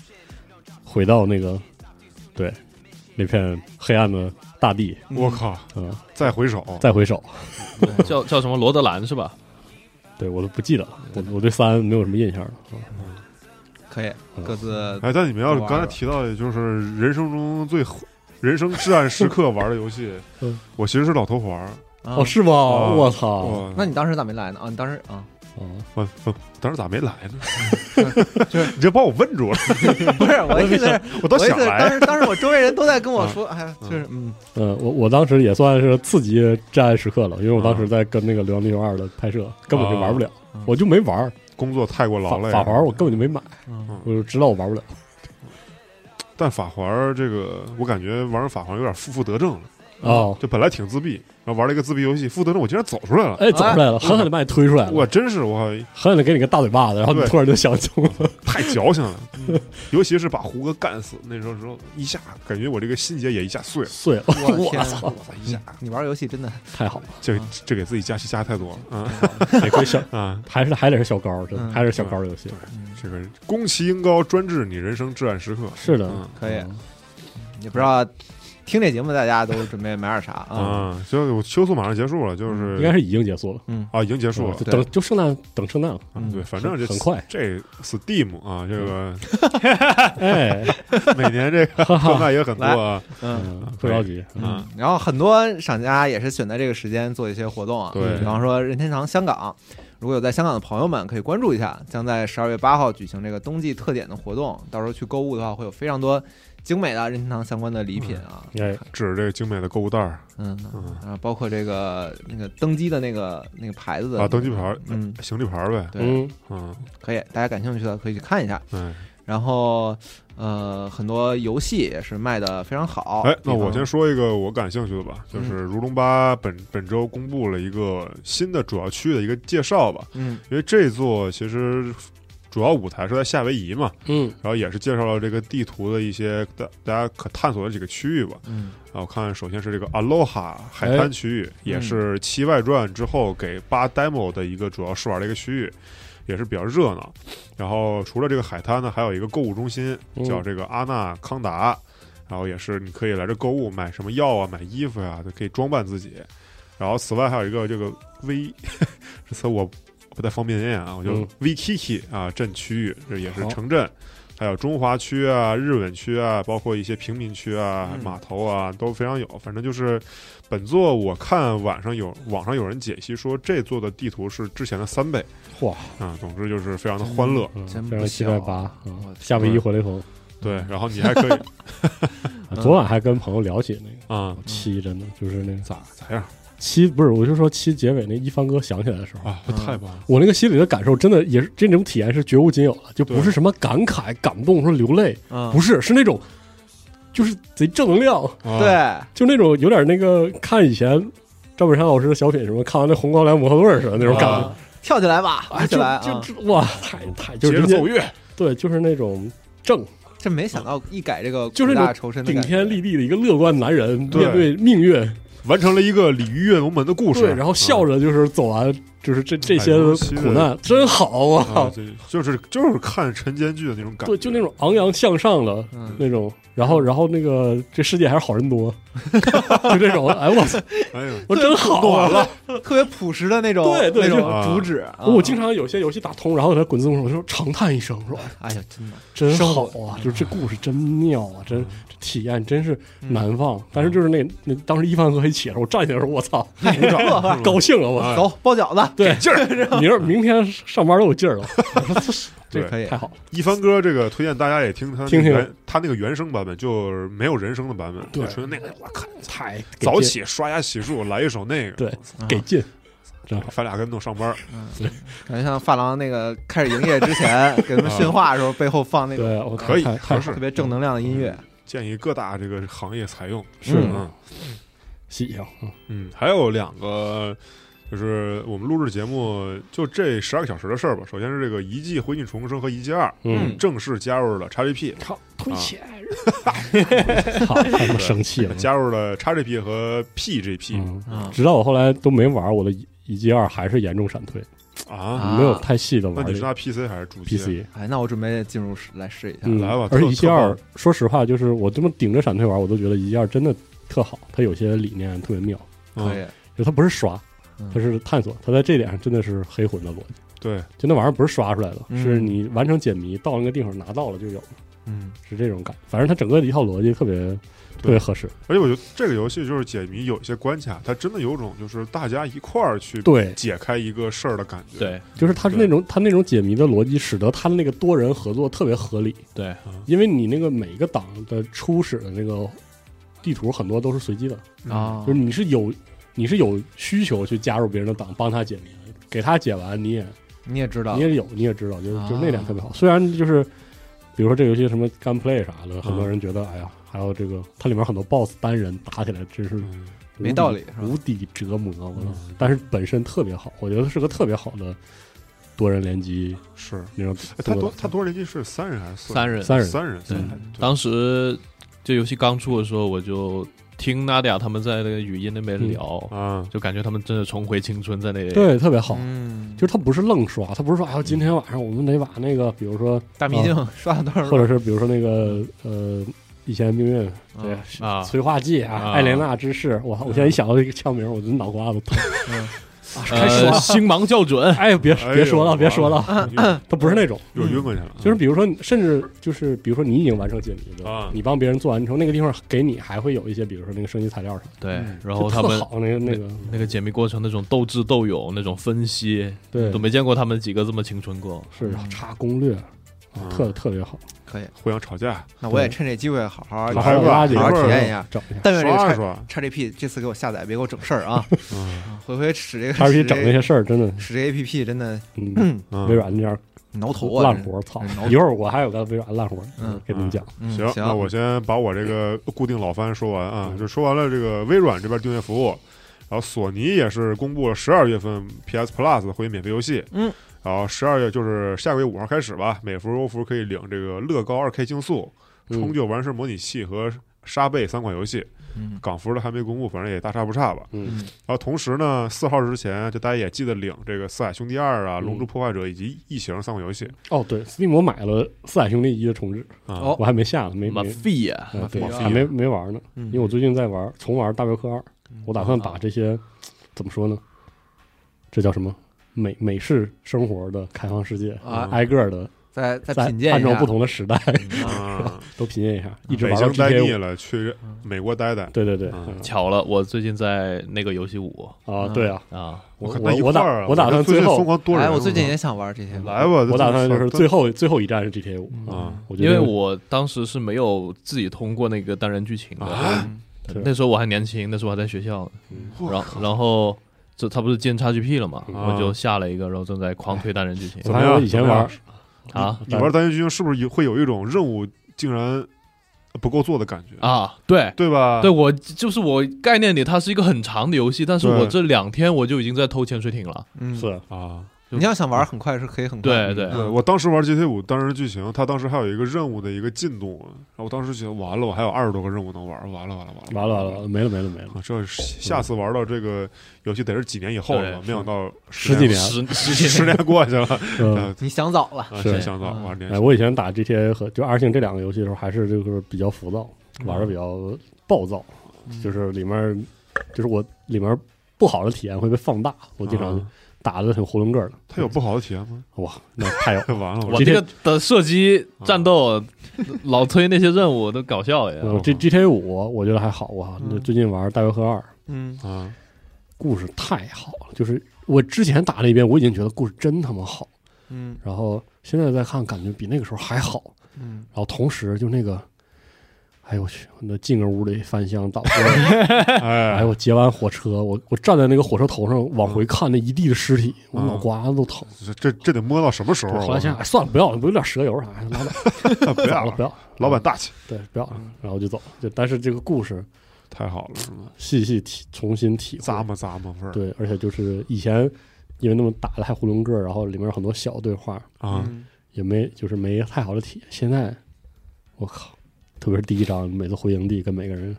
回到那个对那片黑暗的大地，我靠，嗯，再回首，再回首，叫叫什么罗德兰是吧？对我都不记得了，我我对三没有什么印象了，嗯可以嗯各自哎，但你们要是玩刚才了提到的，就是人生中最人生至暗时刻玩的游戏嗯，我其实是老头环儿。哦哦，是吗？啊我操，哇那你当时咋没来呢？啊，你当时啊，嗯我我当时咋没来呢？就是你这把我问住了，不是我意思是，我都我意想思是当来。时当时我周围人都在跟我说，哎呀，就是嗯，嗯，我我当时也算是刺激战时刻了，因为我当时在跟那个《流浪地球二》的拍哦摄，根本就玩不了啊，我就没玩儿，工作太过劳法累了，法环我根本就没买，嗯我就知道我玩不了。但法环儿这个，我感觉玩儿法环有点负负得正了。嗯啊哦，就本来挺自闭，然后玩了一个自闭游戏，负得正我竟然走出来了。哎，走出来了，狠狠的把你推出来了，我真是我狠狠的给你个大嘴巴子，然后你对突然就想通了。太矫情了，嗯尤其是把胡歌干死那时候时候，一下感觉我这个心结也一下碎 了， 碎了，我啊我天操，嗯一下你玩游戏真的太好了，这啊这给自己加戏加太多了啊也 可以小，啊！还是还得是小高，真的嗯还是小高游戏，这个攻其音高，专治你人生至暗时刻。是的，嗯可以嗯，也不知道听这节目大家都准备买点啥啊？啊，所以我秋素马上结束了，就是嗯应该是已经结束了，哦嗯，啊，已经结束了就。对等就圣诞等圣诞了，嗯对，反正这很快嗯这 Steam 啊，这个 哎， 每年这个特卖也很多啊，嗯。嗯不着急，嗯啊，然后很多厂家也是选在这个时间做一些活动啊，对比方说任天堂香港，如果有在香港的朋友们，可以关注一下，将在十二月八号举行这个冬季特点的活动，到时候去购物的话，会有非常多精美的任天堂相关的礼品啊，哎，指着这个精美的购物袋儿嗯，嗯然后包括这个那个登机的那个那个牌子的啊，登记牌儿、嗯，行李牌儿呗，对，嗯，嗯，可以，大家感兴趣的可以去看一下。哎，然后，呃，很多游戏也是卖的非常好。嗯哎，那比方我先说一个我感兴趣的吧，就是《如龙吧》本本周公布了一个新的主要区域的一个介绍吧，嗯因为这座其实主要舞台是在夏威夷嘛，嗯，然后也是介绍了这个地图的一些大大家可探索的几个区域吧。嗯啊，我看首先是这个 Aloha 海哎滩区域，嗯也是《七外传》之后给八 demo 的一个主要试玩的一个区域，也是比较热闹。然后除了这个海滩呢，还有一个购物中心嗯叫这个阿纳康达，然后也是你可以来这购物，买什么药啊，买衣服呀、都可以装扮自己。然后此外还有一个这个 V，这 次我不太方便念啊，我就嗯 V Kiki 啊镇区域，这也是好城镇。还有中华区啊、日本区啊，包括一些平民区啊、嗯码头啊，都非常有。反正就是本座，我看晚上有网上有人解析说，这座的地图是之前的三倍哇，啊、总之就是非常的欢乐。嗯真不非常期小待啊八我嗯，夏威夷回雷锋。对，然后你还可以嗯啊昨晚还跟朋友聊起那个啊、七，真的就是嗯那个咋咋样七，不是，我就说七结尾那一帆哥想起来的时候，啊？太棒了！我那个心里的感受，真的也是这种体验是绝无仅有了，就不是对什么感慨、感动、说流泪，嗯，不是，是那种就是贼正能量，啊、对，就那种有点那个看以前赵本山老师的小品什么，看完那《红高粱模特队》似的那种感觉，啊跳起来吧，哎，跳起就来就啊！就哇，太太就接是着人家奏乐，对，就是那种正这没想到一改这个就是苦那大种仇深的顶感觉天立地的一个乐观男人，对面对命运，完成了一个鲤鱼跃龙门的故事。对，然后笑着着就是走完，就是这这些哎尤其是苦难，真好啊，啊！这就是就是看晨间剧的那种感觉，对，就那种昂扬向上的嗯，那种。然后，然后那个这世界还是好 人多，就这种。哎，我操，哎呀，我 真好弄啊完！了，特别朴实的那种对对那就种啊主旨啊。我经常有些游戏打通，然后给它滚字幕，我就长叹一声，说哎哎呀，真的，真生好活啊！就是这故事真妙啊，真这体验真是嗯难忘。但是就是那那当时一帆哥还起来，我站起来说我操，鼓 掌，高兴了，我操哎 走包饺子，对劲儿，明儿明天上班都有劲儿了，这可以太好了。一帆哥这个推荐大家也听他听听那个原他那个原声版本，就是没有人声的版本，对就纯那个我靠，太给早劲起刷牙洗漱来一首那个，对嗯 给劲，真好。翻俩跟头上班，感觉像发廊那个开始营业之 前给他们训话的时候，背后放那种啊对，我可以太合太适特，别正能量的音乐。建议各大这个行业采用，是嗯喜庆，嗯嗯，还有两个。就是我们录制节目就这十二个小时的事儿吧。首先是这个《遗迹灰烬重生》和《遗迹二》嗯，正式加入了 XGP，好推啊钱，好，太他妈生气 了。加入了 XGP 和 PGP 嗯，嗯，直到我后来都没玩我的一一 G 二，还是严重闪退，啊。啊没有太细的那玩你是这个拿 PC 还是主机啊 PC。哎，那我准备进入来试一下。嗯，来吧而特一 G 特二棒，说实话，就是我这么顶着闪退玩，我都觉得一 G 二真的特好，它有些理念特别妙，嗯可以，就它不是刷嗯，它是探索，它在这点上真的是黑魂的逻辑。对，就那玩意儿不是刷出来的，嗯是你完成解谜到那个地方拿到了就有，嗯是这种感觉。反正它整个一套逻辑特别特别合适，而且我觉得这个游戏就是解谜有一些关卡，它真的有种就是大家一块儿去对，解开一个事儿的感觉。对就是它是那种它那种解谜的逻辑，使得它那个多人合作特别合理，对，啊因为你那个每个档的初始的那个地图很多都是随机的，啊嗯就是你是有你是有需求去加入别人的档帮他解谜的，给他解完你也你也知道你，也有你也知道，就是啊就是那点特别好。虽然就是比如说这个游戏什么 gunplay 啥的，很多人觉得嗯哎呀，还有这个它里面很多 boss 单人打起来真是嗯，无没比道理是吧无底折磨。我操嗯！但是本身特别好，我觉得是个特别好的多人联机是。那种哎他动作多打他多人机是三人还是四三人。三人嗯三人，对三人对当时这游戏刚出的时候，我就听 Nadia 他们在那个语音那边聊，啊，就感觉他们真的重回青春，在那里对特别好。嗯，就是他不是愣刷，他不是说，哎呦，今天晚上我们得把那个，比如说，大迷镜刷了多少嗯或轮？者是比如说那个，呃，以前命运对啊啊催化剂啊，啊嗯嗯艾莲娜之誓，我我现在一想到这个枪名，我就脑瓜子疼。 开始说呃，星芒校准，哎呦，别哎呦 别说了，别说了，完 了，他不是那种，嗯又又晕过去了，就是比如说，甚至就是比如说你已经完成解谜啊了，你帮别人做完之后，那个地方给你还会有一些，比如说那个升级材料什么的，对嗯，然后就他特们好那个那个，那个解密过程那种斗智斗勇那种分析，对都，没嗯见过他们几个这么青春过。是查攻略，嗯啊特特别好，可以，嗯互相吵架，那我也趁这机会好哎好好好来吧拉几个好好一会儿体验一下整一下。但愿这个刷啊叉刷，叉 GP 这次给我下载，别给我整事儿啊！嗯啊回回使这个叉 P 使整这那些事儿真的，使这 APP 真的嗯，嗯，微软这样挠头啊！烂真是活，操嗯挠！头一会儿我还有个微软烂活嗯，跟你们讲。嗯行，那我先把我这个固定老番说完啊，嗯就说完了这个微软这边订阅服务，然后索尼也是公布了十二月份 PS Plus 的会员免费游戏，嗯，然后十二月就是下个月五号开始吧，每服优服可以领这个乐高二 K 竞速、嗯冲就完事模拟器和沙贝三款游戏，嗯港服的还没公布，反正也大差不差吧。嗯然后同时呢，四号之前就大家也记得领这个《四海兄弟二》啊，《龙珠破坏者》以及《异形》三款游戏哦，对，Steam 我买了《四海兄弟一》的重置，啊。哦我还没下呢，没马没费呀，呃，对，马还没没玩呢，嗯因为我最近在玩重玩《大镖客二》，我打算把这些怎么说呢？这叫什么？美美式生活的开放世界，啊挨个的再再在品鉴嗯按一照下不同的时代 啊，都品鉴一下， 一直北玩到京待 GTA 腻五。了，去美国待待。对对对，嗯嗯巧了，我最近在那个游戏五啊，对啊，啊，我看我那一我块儿打啊我打算最最近疯后狂多人，哎，我最嗯近也想玩这些。来吧，我打算就是最后最后一站是 GTA 五啊，我觉因得为我当时是没有自己通过那个单人剧情的，嗯啊，对那时候我还年轻，那时候我还在学校呢，嗯我然靠后然后这他不是进 XGP 了嘛，啊我就下了一个，然后正在狂推单人剧情我怎么发现我样以前怎么样玩啊你玩单人剧情是不是有会有一种任务竟然不够做的感觉？啊，对。对吧？对，我就是我概念里它是一个很长的游戏，但是对我这两天我就已经在偷潜水艇了。嗯，是啊，你要想玩很快是可以很快的。对嗯对，对我当时玩 GTA 五当时剧情，它当时还有一个任务的一个进度，然后我当时觉得完了，我还有二十多个任务能玩，完了完了完了完了完了没了没了 没了，啊，这是下次玩到这个游戏得是几年以后了，对没想到十几年了，十十十几年过去了，嗯啊，你想早了，啊是真想到嗯玩年哎，我以前打 GTA 和就 R 星这两个游戏的时候，还是就是比较浮躁，玩的比较暴躁，就是里面就是我里面不好的体验会被放大，我经常啊打的很囫囵个儿的。它有不好的体验吗？。哇，那太有 完了，我这个的射击战 斗，老推那些任务都搞笑嗯呀。我这 GTA 五我觉得还好啊，那最近玩《大镖客二》，嗯，啊，故事太好了，就是我之前打那遍我已经觉得故事真他妈好，嗯然后现在再看感觉比那个时候还好，嗯，然后同时就那个。哎呦我去！那进个屋里翻箱倒柜，哎哎，我劫完火车，我我站在那个火车头上往回看，那一地的尸体，我嗯脑瓜子都疼。这这这得摸到什么时候对啊？后来想想，哎，算了，不要了，不有点蛇油啥的，拉倒，我 不要了，了，不要了， 老板嗯大气，对，不要了，然后就走。就但是这个故事太好了，是吗？细细体重新体咂会，摸咂摸味儿对，而且就是以前因为那么打的还囫囵个儿，然后里面有很多小对话，啊，嗯也没就是没太好的体验。现在我靠，特别是第一章，每次回营地跟每个人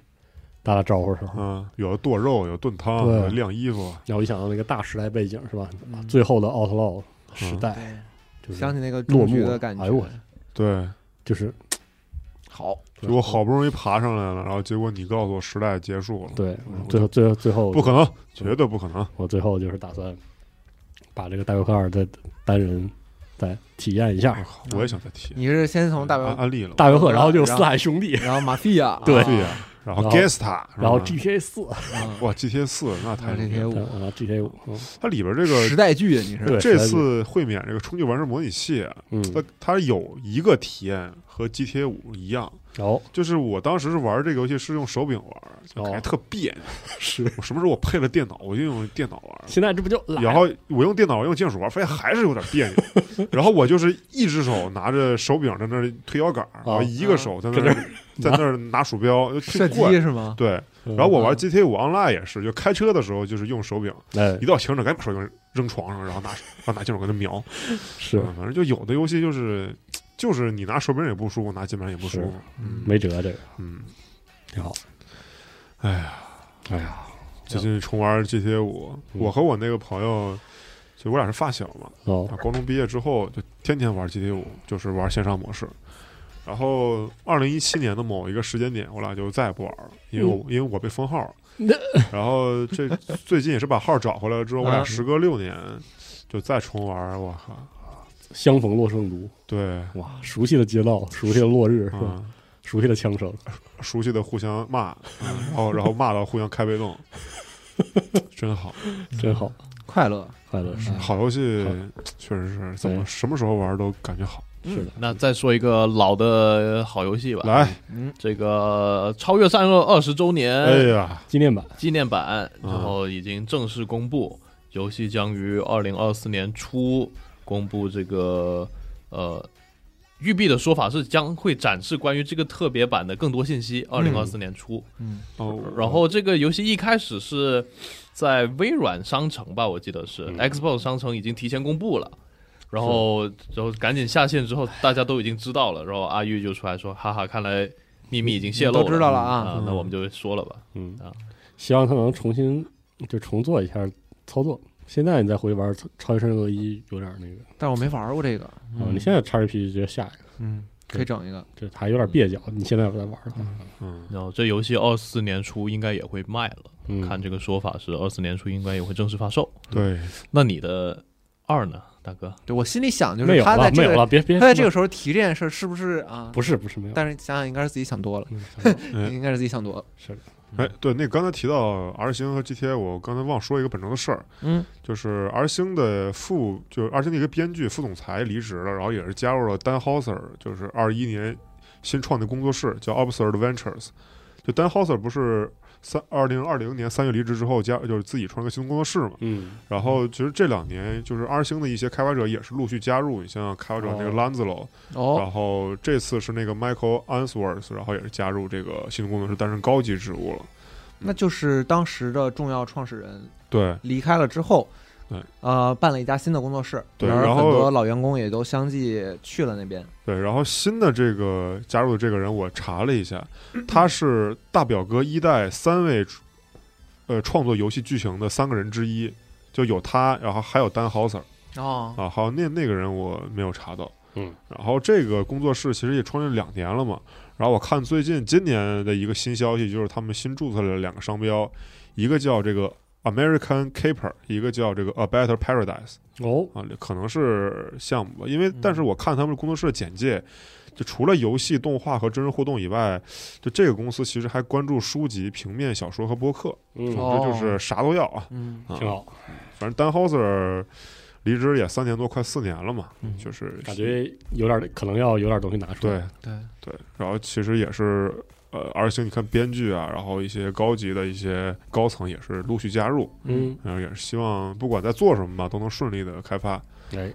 打打招呼的时候，嗯，有的剁肉，有的炖汤，对有的晾衣服，然后一想到那个大时代背景是吧？嗯最后的 Outlaw 时嗯代，对，就是想起那个落终局幕的了感觉，哎呦我对，就是好，就我好不容易爬上来了，然后结果你告诉我时代结束了，对嗯，最后最后最后不可能，绝对不可能，我最后就是打算把这个大镖客二再单人再体验一下我也想再提，你是先从大安表，安利了，大镖客，然后就是四海兄弟，然后马蒂亚，啊对对 呀，啊然后然后 Gesta，然后是吧 GTA 四，啊哇 GTA 四那太还有这牛逼些了，舞然后 GTA 五，嗯它里边这个时代剧，你是对这实在次会免这个冲击完事模拟器啊，它嗯，它有一个体验和 GTA 五一样，然后就是我当时是玩这个游戏是用手柄玩，就感觉哦特别扭。是我什么时候我配了电脑，我就用电脑玩。 现在这不就来然了后我用电脑，我用键鼠玩，发现还是有点别 扭。然后我就是一只手拿着手柄在那儿推摇杆，然哦后一个手在那儿 在那儿拿鼠标，就射挺击怪。是吗？对，嗯然后我玩 GTA 五 Online 也是，就开车的时候就是用手柄，哎一到停止赶紧把手柄扔床上，然后拿然后拿键鼠跟它瞄。是嗯反正就有的游戏就是就是你拿手柄也不舒服，拿键盘也不舒服是。嗯，没辙，这个嗯，挺好。哎呀，哎呀，最近重玩 GTA 五，嗯我和我那个朋友，就我俩是发小嘛，哦啊，高中毕业之后就天天玩 GTA 五，就是玩线上模式。然后二零一七年的某一个时间点，我俩就再也不玩了，因为我、因嗯为我被封号 了。然后这最近也是把号找回来了之后，我俩嗯时隔六年就再重玩，我靠，相逢洛圣都，对，哇，熟悉的街道，熟悉的落日，是吧？嗯，熟悉的枪声，熟悉的互相骂，嗯然后然后骂到互相开被 动，真好，真好，快乐，快乐是好游戏嗯好确实是怎么什么时候玩都感觉好。是的，那再说一个老的好游戏吧，来，嗯，这个《超越善恶》二十周哎年呀，纪念版纪念版，然后已经正式公布，游戏将于二零二四年初公布。这个呃，育碧的说法是将会展示关于这个特别版的更多信息，二零二四年初。嗯哦，然后这个游戏一开始是在微软商城吧，我记得是、Xbox 嗯商城已经提前公布了，然后然后赶紧下线之后，大家都已经知道了，然后阿玉就出来说：“哈哈，看来秘密已经泄露了，都知道了啊啊，那我们就说了吧。嗯啊，希望它能重新就重做一下操作。现在你再回去玩《超级生恶一》，有点那个但我没玩过这个，啊，你现在 XRP 直接下一个，嗯，可以整一个，这还有点蹩脚。你现在不再玩的话，嗯，然后这游戏二四年初应该也会卖了，嗯，看这个说法是二四年初应该也会正式发售。对，那你的二呢，大哥？对我心里想就没是有他在了，没这有个了，别别，他在这个时候提这件事儿是不是啊？不是不是没有，但是想想应该是自己想多了， 嗯想不到嗯应该是自己想多了，是的，哎，对，那个刚才提到 R 星和 GTA，我刚才忘说一个本周的事儿，嗯，就是 R 星的副，就是 R 星的一个编剧副总裁离职了，然后也是加入了 Dan Houser，就是二一年新创的工作室叫 Absurd Ventures。就 Dan Houser 不是三二零二零年三月离职之后加，就是自己创了个新工作室嘛。嗯然后其实这两年就是 R 星的一些开发者也是陆续加入，你像开发者那个哦 Lanzlo，、哦，然后这次是那个 Michael Answorth，然后也是加入这个新工作室担任高级职务了。那就是当时的重要创始人对，离开了之后对，呃，办了一家新的工作室，对而然很后多老员工也都相继去了那边，对，然后新的这个加入的这个人，我查了一下，他是大表哥一代三位，呃，创作游戏剧情的三个人之一，就有他，然后还有丹豪 s e r 哦，啊，还有那那个人我没有查到，嗯，然后这个工作室其实也创立两年了嘛，然后我看最近今年的一个新消息就是他们新注册了两个商标，一个叫这个 American Caper，一个叫这个 A Better Paradise。哦，啊，可能是项目吧，因为嗯但是我看他们工作室的简介，就除了游戏、动画和真人互动以外，就这个公司其实还关注书籍、平面小说和播客，嗯，哦这就是啥都要啊。嗯，啊挺，好，反正丹 Houser 离职也三年多，快四年了嘛，嗯就是感觉有点可能要有点东西拿出来。对，对对，然后其实也是。呃而且你看编剧啊，然后一些高级的一些高层也是陆续加入，嗯，然后也是希望不管在做什么吧，都能顺利的开发。哎，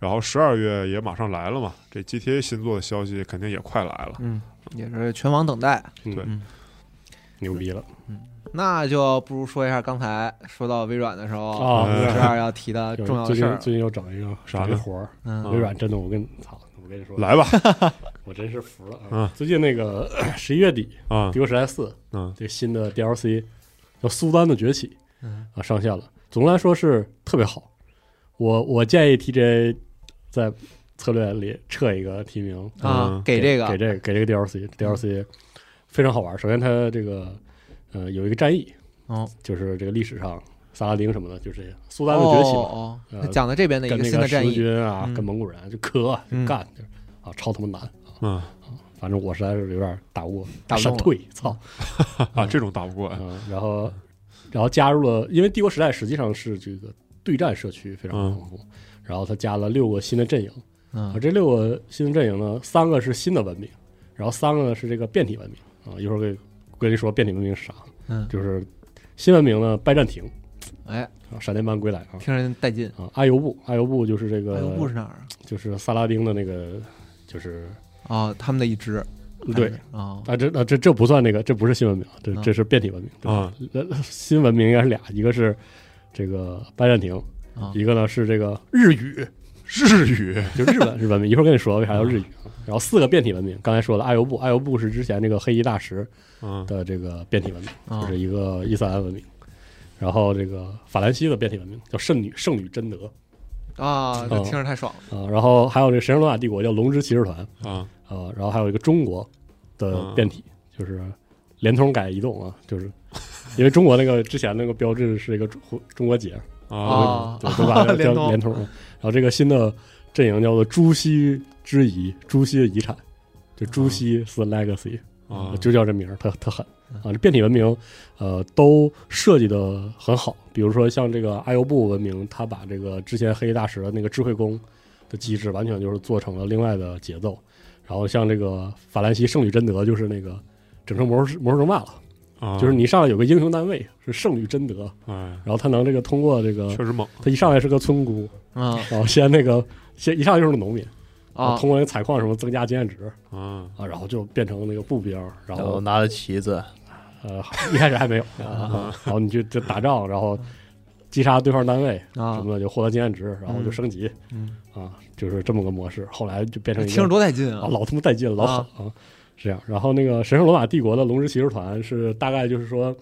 然后十二月也马上来了嘛，这 GTA 新作的消息肯定也快来了。嗯，也是全网等待。嗯对嗯牛逼了那就不如说一下刚才说到微软的时候，啊十二要提的重要哎最的事近儿，最近又整一个啥呢整一个活儿，嗯微软真的，我跟操，我跟你说，来吧，我真是服了嗯啊！最近那个十一月底，啊《帝国时代四》嗯这个新的 DLC 叫《苏丹的崛起》嗯啊上线了。总的来说是特别好，我我建议 TJ 在策略里撤一个提名啊嗯，给这个嗯给这个给这个 DLC，DLC 非常好玩。首先它这个呃有一个战役，哦，就是这个历史上萨拉丁什么的，就是这些苏丹的崛起嘛，哦哦，呃那讲的这边的一跟个那新的个十战字役，军啊，嗯跟蒙古人就磕就嗯干就是啊，超他妈难。嗯反正我实在是有点打不过，打不动闪了退，操！啊，这种打不过啊，嗯，然后然后加入了，因为帝国时代实际上是这个对战社区非常丰富，然后他加了六个新的阵营，啊，嗯这六个新的阵营呢，三个是新的文明，然后三个是这个变体文明啊，一会儿给跟你说变体文明是啥，嗯，就是新文明呢拜占庭哎，啊，闪电般归来啊。听着带劲。啊，阿尤布，阿尤布就是这个，哎呦，布是哪儿就是萨拉丁的那个，就是啊？哦，他们的一支，对啊，啊，这啊这这不算那个，这不是新文明，这啊这是变体文明对吧啊呃新文明应该是俩，一个是这个拜占庭，啊一个呢是这个日语，日语 就日本是文明。一会儿跟你说为啥叫日语啊。 然后四个变体文明，刚才说了，阿尤布，阿尤布是之前这个黑衣大石嗯的这个变体文明，啊就是一个伊斯兰文明。然后这个法兰西的变体文明叫圣女圣女贞德嗯啊，这听着太爽了。啊，然后还有这个神圣罗马帝国叫龙之骑士团啊呃，然后还有一个中国的嗯变体，就是联通改移动啊，就是因为中国那个之前那个标志是一个中中国结，啊，对， 都把它联叫通联通。啊然后这个新的阵营叫做朱熹之遗，朱熹的遗产，就朱熹是 legacy，、啊就叫这名儿，特特狠啊！这变体文明，呃，都设计的很好。比如说像这个阿尤布文明，它把这个之前黑夜大使的那个智慧宫的机制，完全就是做成了另外的节奏。然后像这个法兰西圣女贞德，就是那个整成魔兽魔兽争霸了，啊，就是你上来有个英雄单位是圣女贞德，哎，然后他能这个通过这个确实猛他一上来是个村姑，啊然后先那个先一上来就是农民，然后啊通过那个采矿什么增加经验值啊，啊，然后就变成那个步兵，然然后后哦拿着旗子，呃一开始还没有，啊然后你就就打仗，然后击杀对方单位啊什！么的就获得经验值，然后就升级嗯，啊，就是这么个模式。后来就变成一听着个多带劲啊啊！老他妈带劲了，老狠啊，是这样。然后那个神圣罗马帝国的龙之骑士团是大概就是说，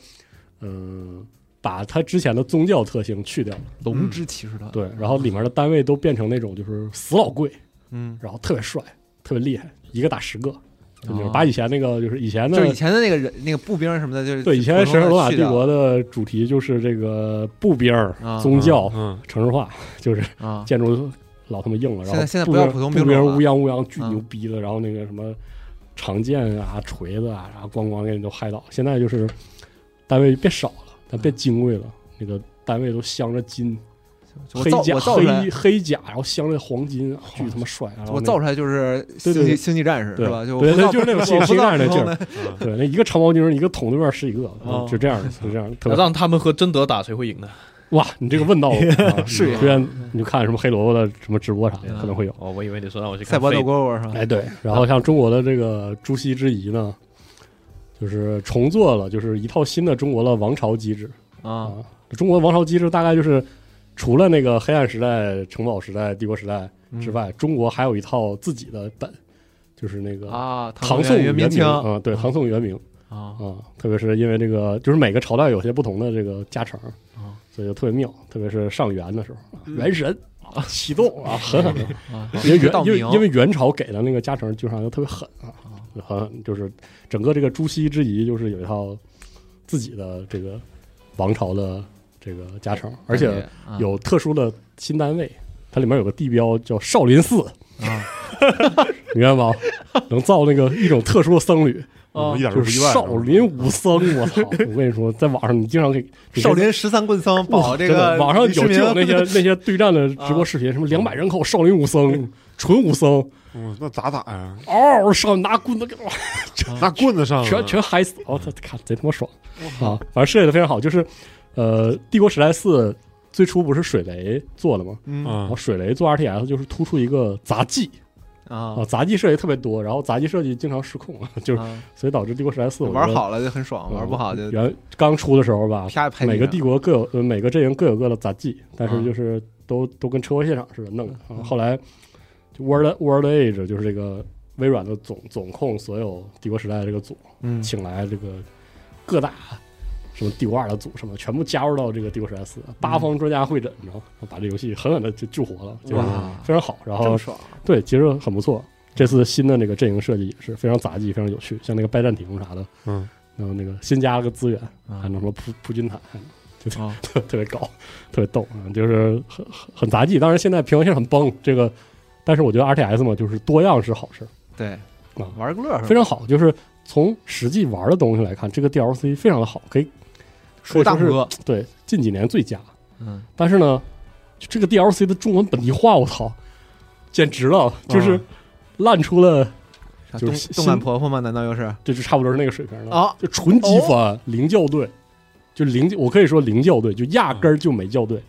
嗯，把他之前的宗教特性去掉。嗯龙之骑士团，对，然后里面的单位都变成那种就是死老贵，嗯，然后特别帅，特别厉害，一个打十个，就那哦种把以前那个就是以前就是的以前的那个人，那个步兵什么的，就是对以前神圣罗马帝普通国的主题就是这个步兵儿啊、宗教、嗯城市化，就是的去了啊，建筑老他妈硬了，然现后在现在步不要兵普通步兵兵种乌了泱乌泱巨嗯牛逼了，然后那个什么长剑啊、锤子啊，然后咣咣给你都嗨倒。现在就是单位变少了，但变精贵了，那个单位都镶着金。我黑造甲我造出来黑，黑甲，然后镶着黄金，巨他妈帅！然后我那造出来就是星对对际对星际战士是对吧？就我对不造就是那种我不造星际战士普通的的啊对那一个长毛巾，一个桶对面十几个，哦就这样的，就这样的，特别让他们和真德打，谁会赢呢？哇！你这个问到我， 是是呀之前你就看什么黑萝卜的什么直播啥的嗯，可能会有。哦，我以为你说让我去看赛博飞斗蝈蝈是吧？哎，对，然后像中国的这个朱熹之遗呢，就是重做了，就是一套新的中国的王朝机制啊啊。中国王朝机制大概就是除了那个黑暗时代、城堡时代、帝国时代之嗯外，中国还有一套自己的本，就是那个啊，唐宋宋元明清嗯啊、对，唐宋元明啊啊、特别是因为这个，就是每个朝代有些不同的这个加成啊，所以就特别妙。特别是上元的时候，啊元神啊启动 啊，狠狠的，啊，因为元道因为明因为元朝给的那个加成经常就特别狠啊，狠狠就是整个这个朱熹之遗就是有一套自己的这个王朝的这个加成，而且啊有特殊的新单位，它里面有个地标叫少林寺， 啊明白吗？能造那个一种特殊的僧侣。我们一点都就不意是外。啊少林武僧，我操！我跟你说，在网上你经常可以给少林十三棍僧保哇这真的个网上有李世就民啊有那些那些对战的直播视频，什么两百人口少林武僧、纯武僧，嗯，那咋打呀？ 嗷嗷上拿棍子给哇，拿棍子上啊，全全嗨死！我操，看贼他妈爽啊！反正设计的非常好，就是呃，《帝国时代四》最初不是水雷做的吗？嗯然啊后水雷做 RTS 就是突出一个杂技啊啊，杂技设计特别多，然后杂技设计经常失控，就是啊所以导致《帝国时代四》我觉玩得好了就很爽，玩不好就原刚出的时候吧，啪拍地上每个帝国各有呃每个阵营各有各的杂技，但啊嗯是就是都、都跟车祸现场似的弄的。啊后来就 World World Age 就是这个微软的总总控所有帝国时代的这个组，嗯请来这个各大什么帝国二的组什么，全部加入到这个帝国时代四，嗯八方专家会诊，然后把这游戏狠狠的就救活了，就是哇非常好。然后真爽对，其实很不错。这次新的那个阵营设计也是非常杂技，非常有趣，像那个拜占庭啥的，嗯，然后那个新加了个资源，啊还能说铺铺金塔，还能 就是、啊特别高，特别逗啊，就是很很很杂技。当然现在平衡性很崩，这个，但是我觉得 R T S 嘛，就是多样是好事，对啊玩个乐儿是吧非常好。就是从实际玩的东西来看，这个 D L C 非常的好，可以说说大拇就是哥对近几年最佳。嗯但是呢，就这个 DLC 的中文本地化，我操，简直了，啊就是烂出了，啥就动是新动感婆婆吗？难道又是这就差不多是那个水平了啊就纯机哦翻零校对，就零，我可以说零校对，就压根儿就没校对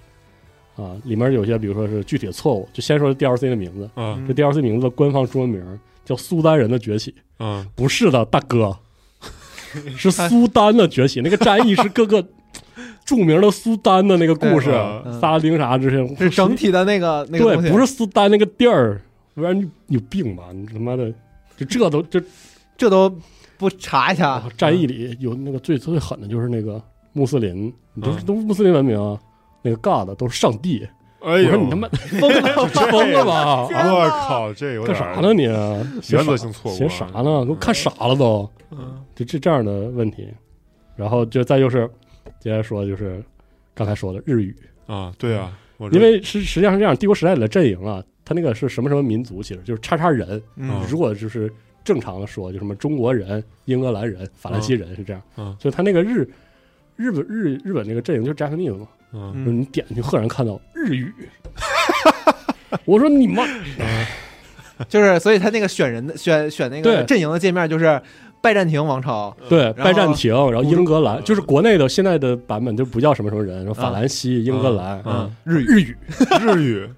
嗯啊。里面有些，比如说是具体的错误，就先说 DLC 的名字，啊嗯这 DLC 名字的官方中文名叫《苏丹人的崛起》，啊不是的，大 哥，是苏丹的崛起，那个战役是各 个著名的苏丹的那个故事对啊，萨拉丁啥这些，是整体的那个那个东西对，不是苏丹那个地儿，不然你有病吧？你他妈的，就这都这这都不查一下战役里有那个最最狠的就是那个穆斯林，你都是嗯都是穆斯林文明啊，那个 God 都是上帝，哎我呦，哎说你他妈 疯了吧，疯了吧！啊我靠，这有干点啥呢你？写原则傻性错误啊写啥呢？给我看傻了都，就这这样的问题。然后就再就是，接着说就是刚才说的日语，啊，对啊，我嗯因为实实际上是这样，帝国时代里的阵营啊，它那个是什么什么民族，其实就是叉叉人。嗯如果就是正常的说，就什么中国人、英格兰人、法兰西人是这样，嗯所以他那个日日本日日本那个阵营就是 Japanese 嘛，嗯就是你点进去赫然看到 日语，我说你妈，嗯就是所以他那个选人的选选那个对阵营的界面就是拜占庭王朝，对，后拜占庭，然后英嗯格兰，就是国内的现在的版本就不叫什么什么人，然后法兰西、英格兰、嗯，日日语，日语，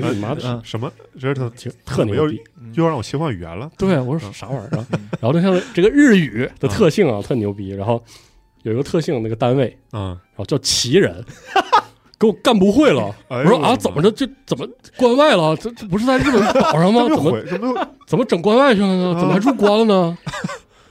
我你妈嗯的，什么？这是挺特牛又逼。又让我切换语言了。对，我嗯说啥玩意儿啊？然后就像这个日语的特性啊，特牛逼。然后有一个特性那个单位，嗯，然哦后叫旗人， 给我干不会了。哎我呦说啊，怎么着这怎么关外了？这这不是在日本岛上吗？这怎不么回， 这不又怎么整关外去了呢？怎么还入关了呢？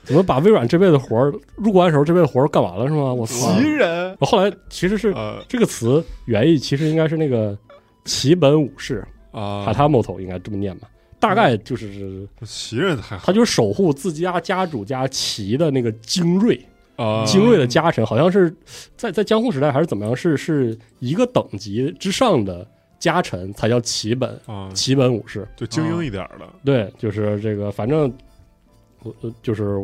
怎么把微软这辈子活儿入关的时候这辈子活儿干完了是吗？我操！人，后来其实是呃这个词原意其实应该是那个旗本武士哈啊，塔莫头应该这么念吧？大概就是旗人还好他就是守护自家家主家旗的那个精锐，啊，精锐的家臣，好像是在在江户时代还是怎么样，是是一个等级之上的家臣才叫旗本，啊，旗本武士。就精英一点儿的。对，就是这个，反正我呃就是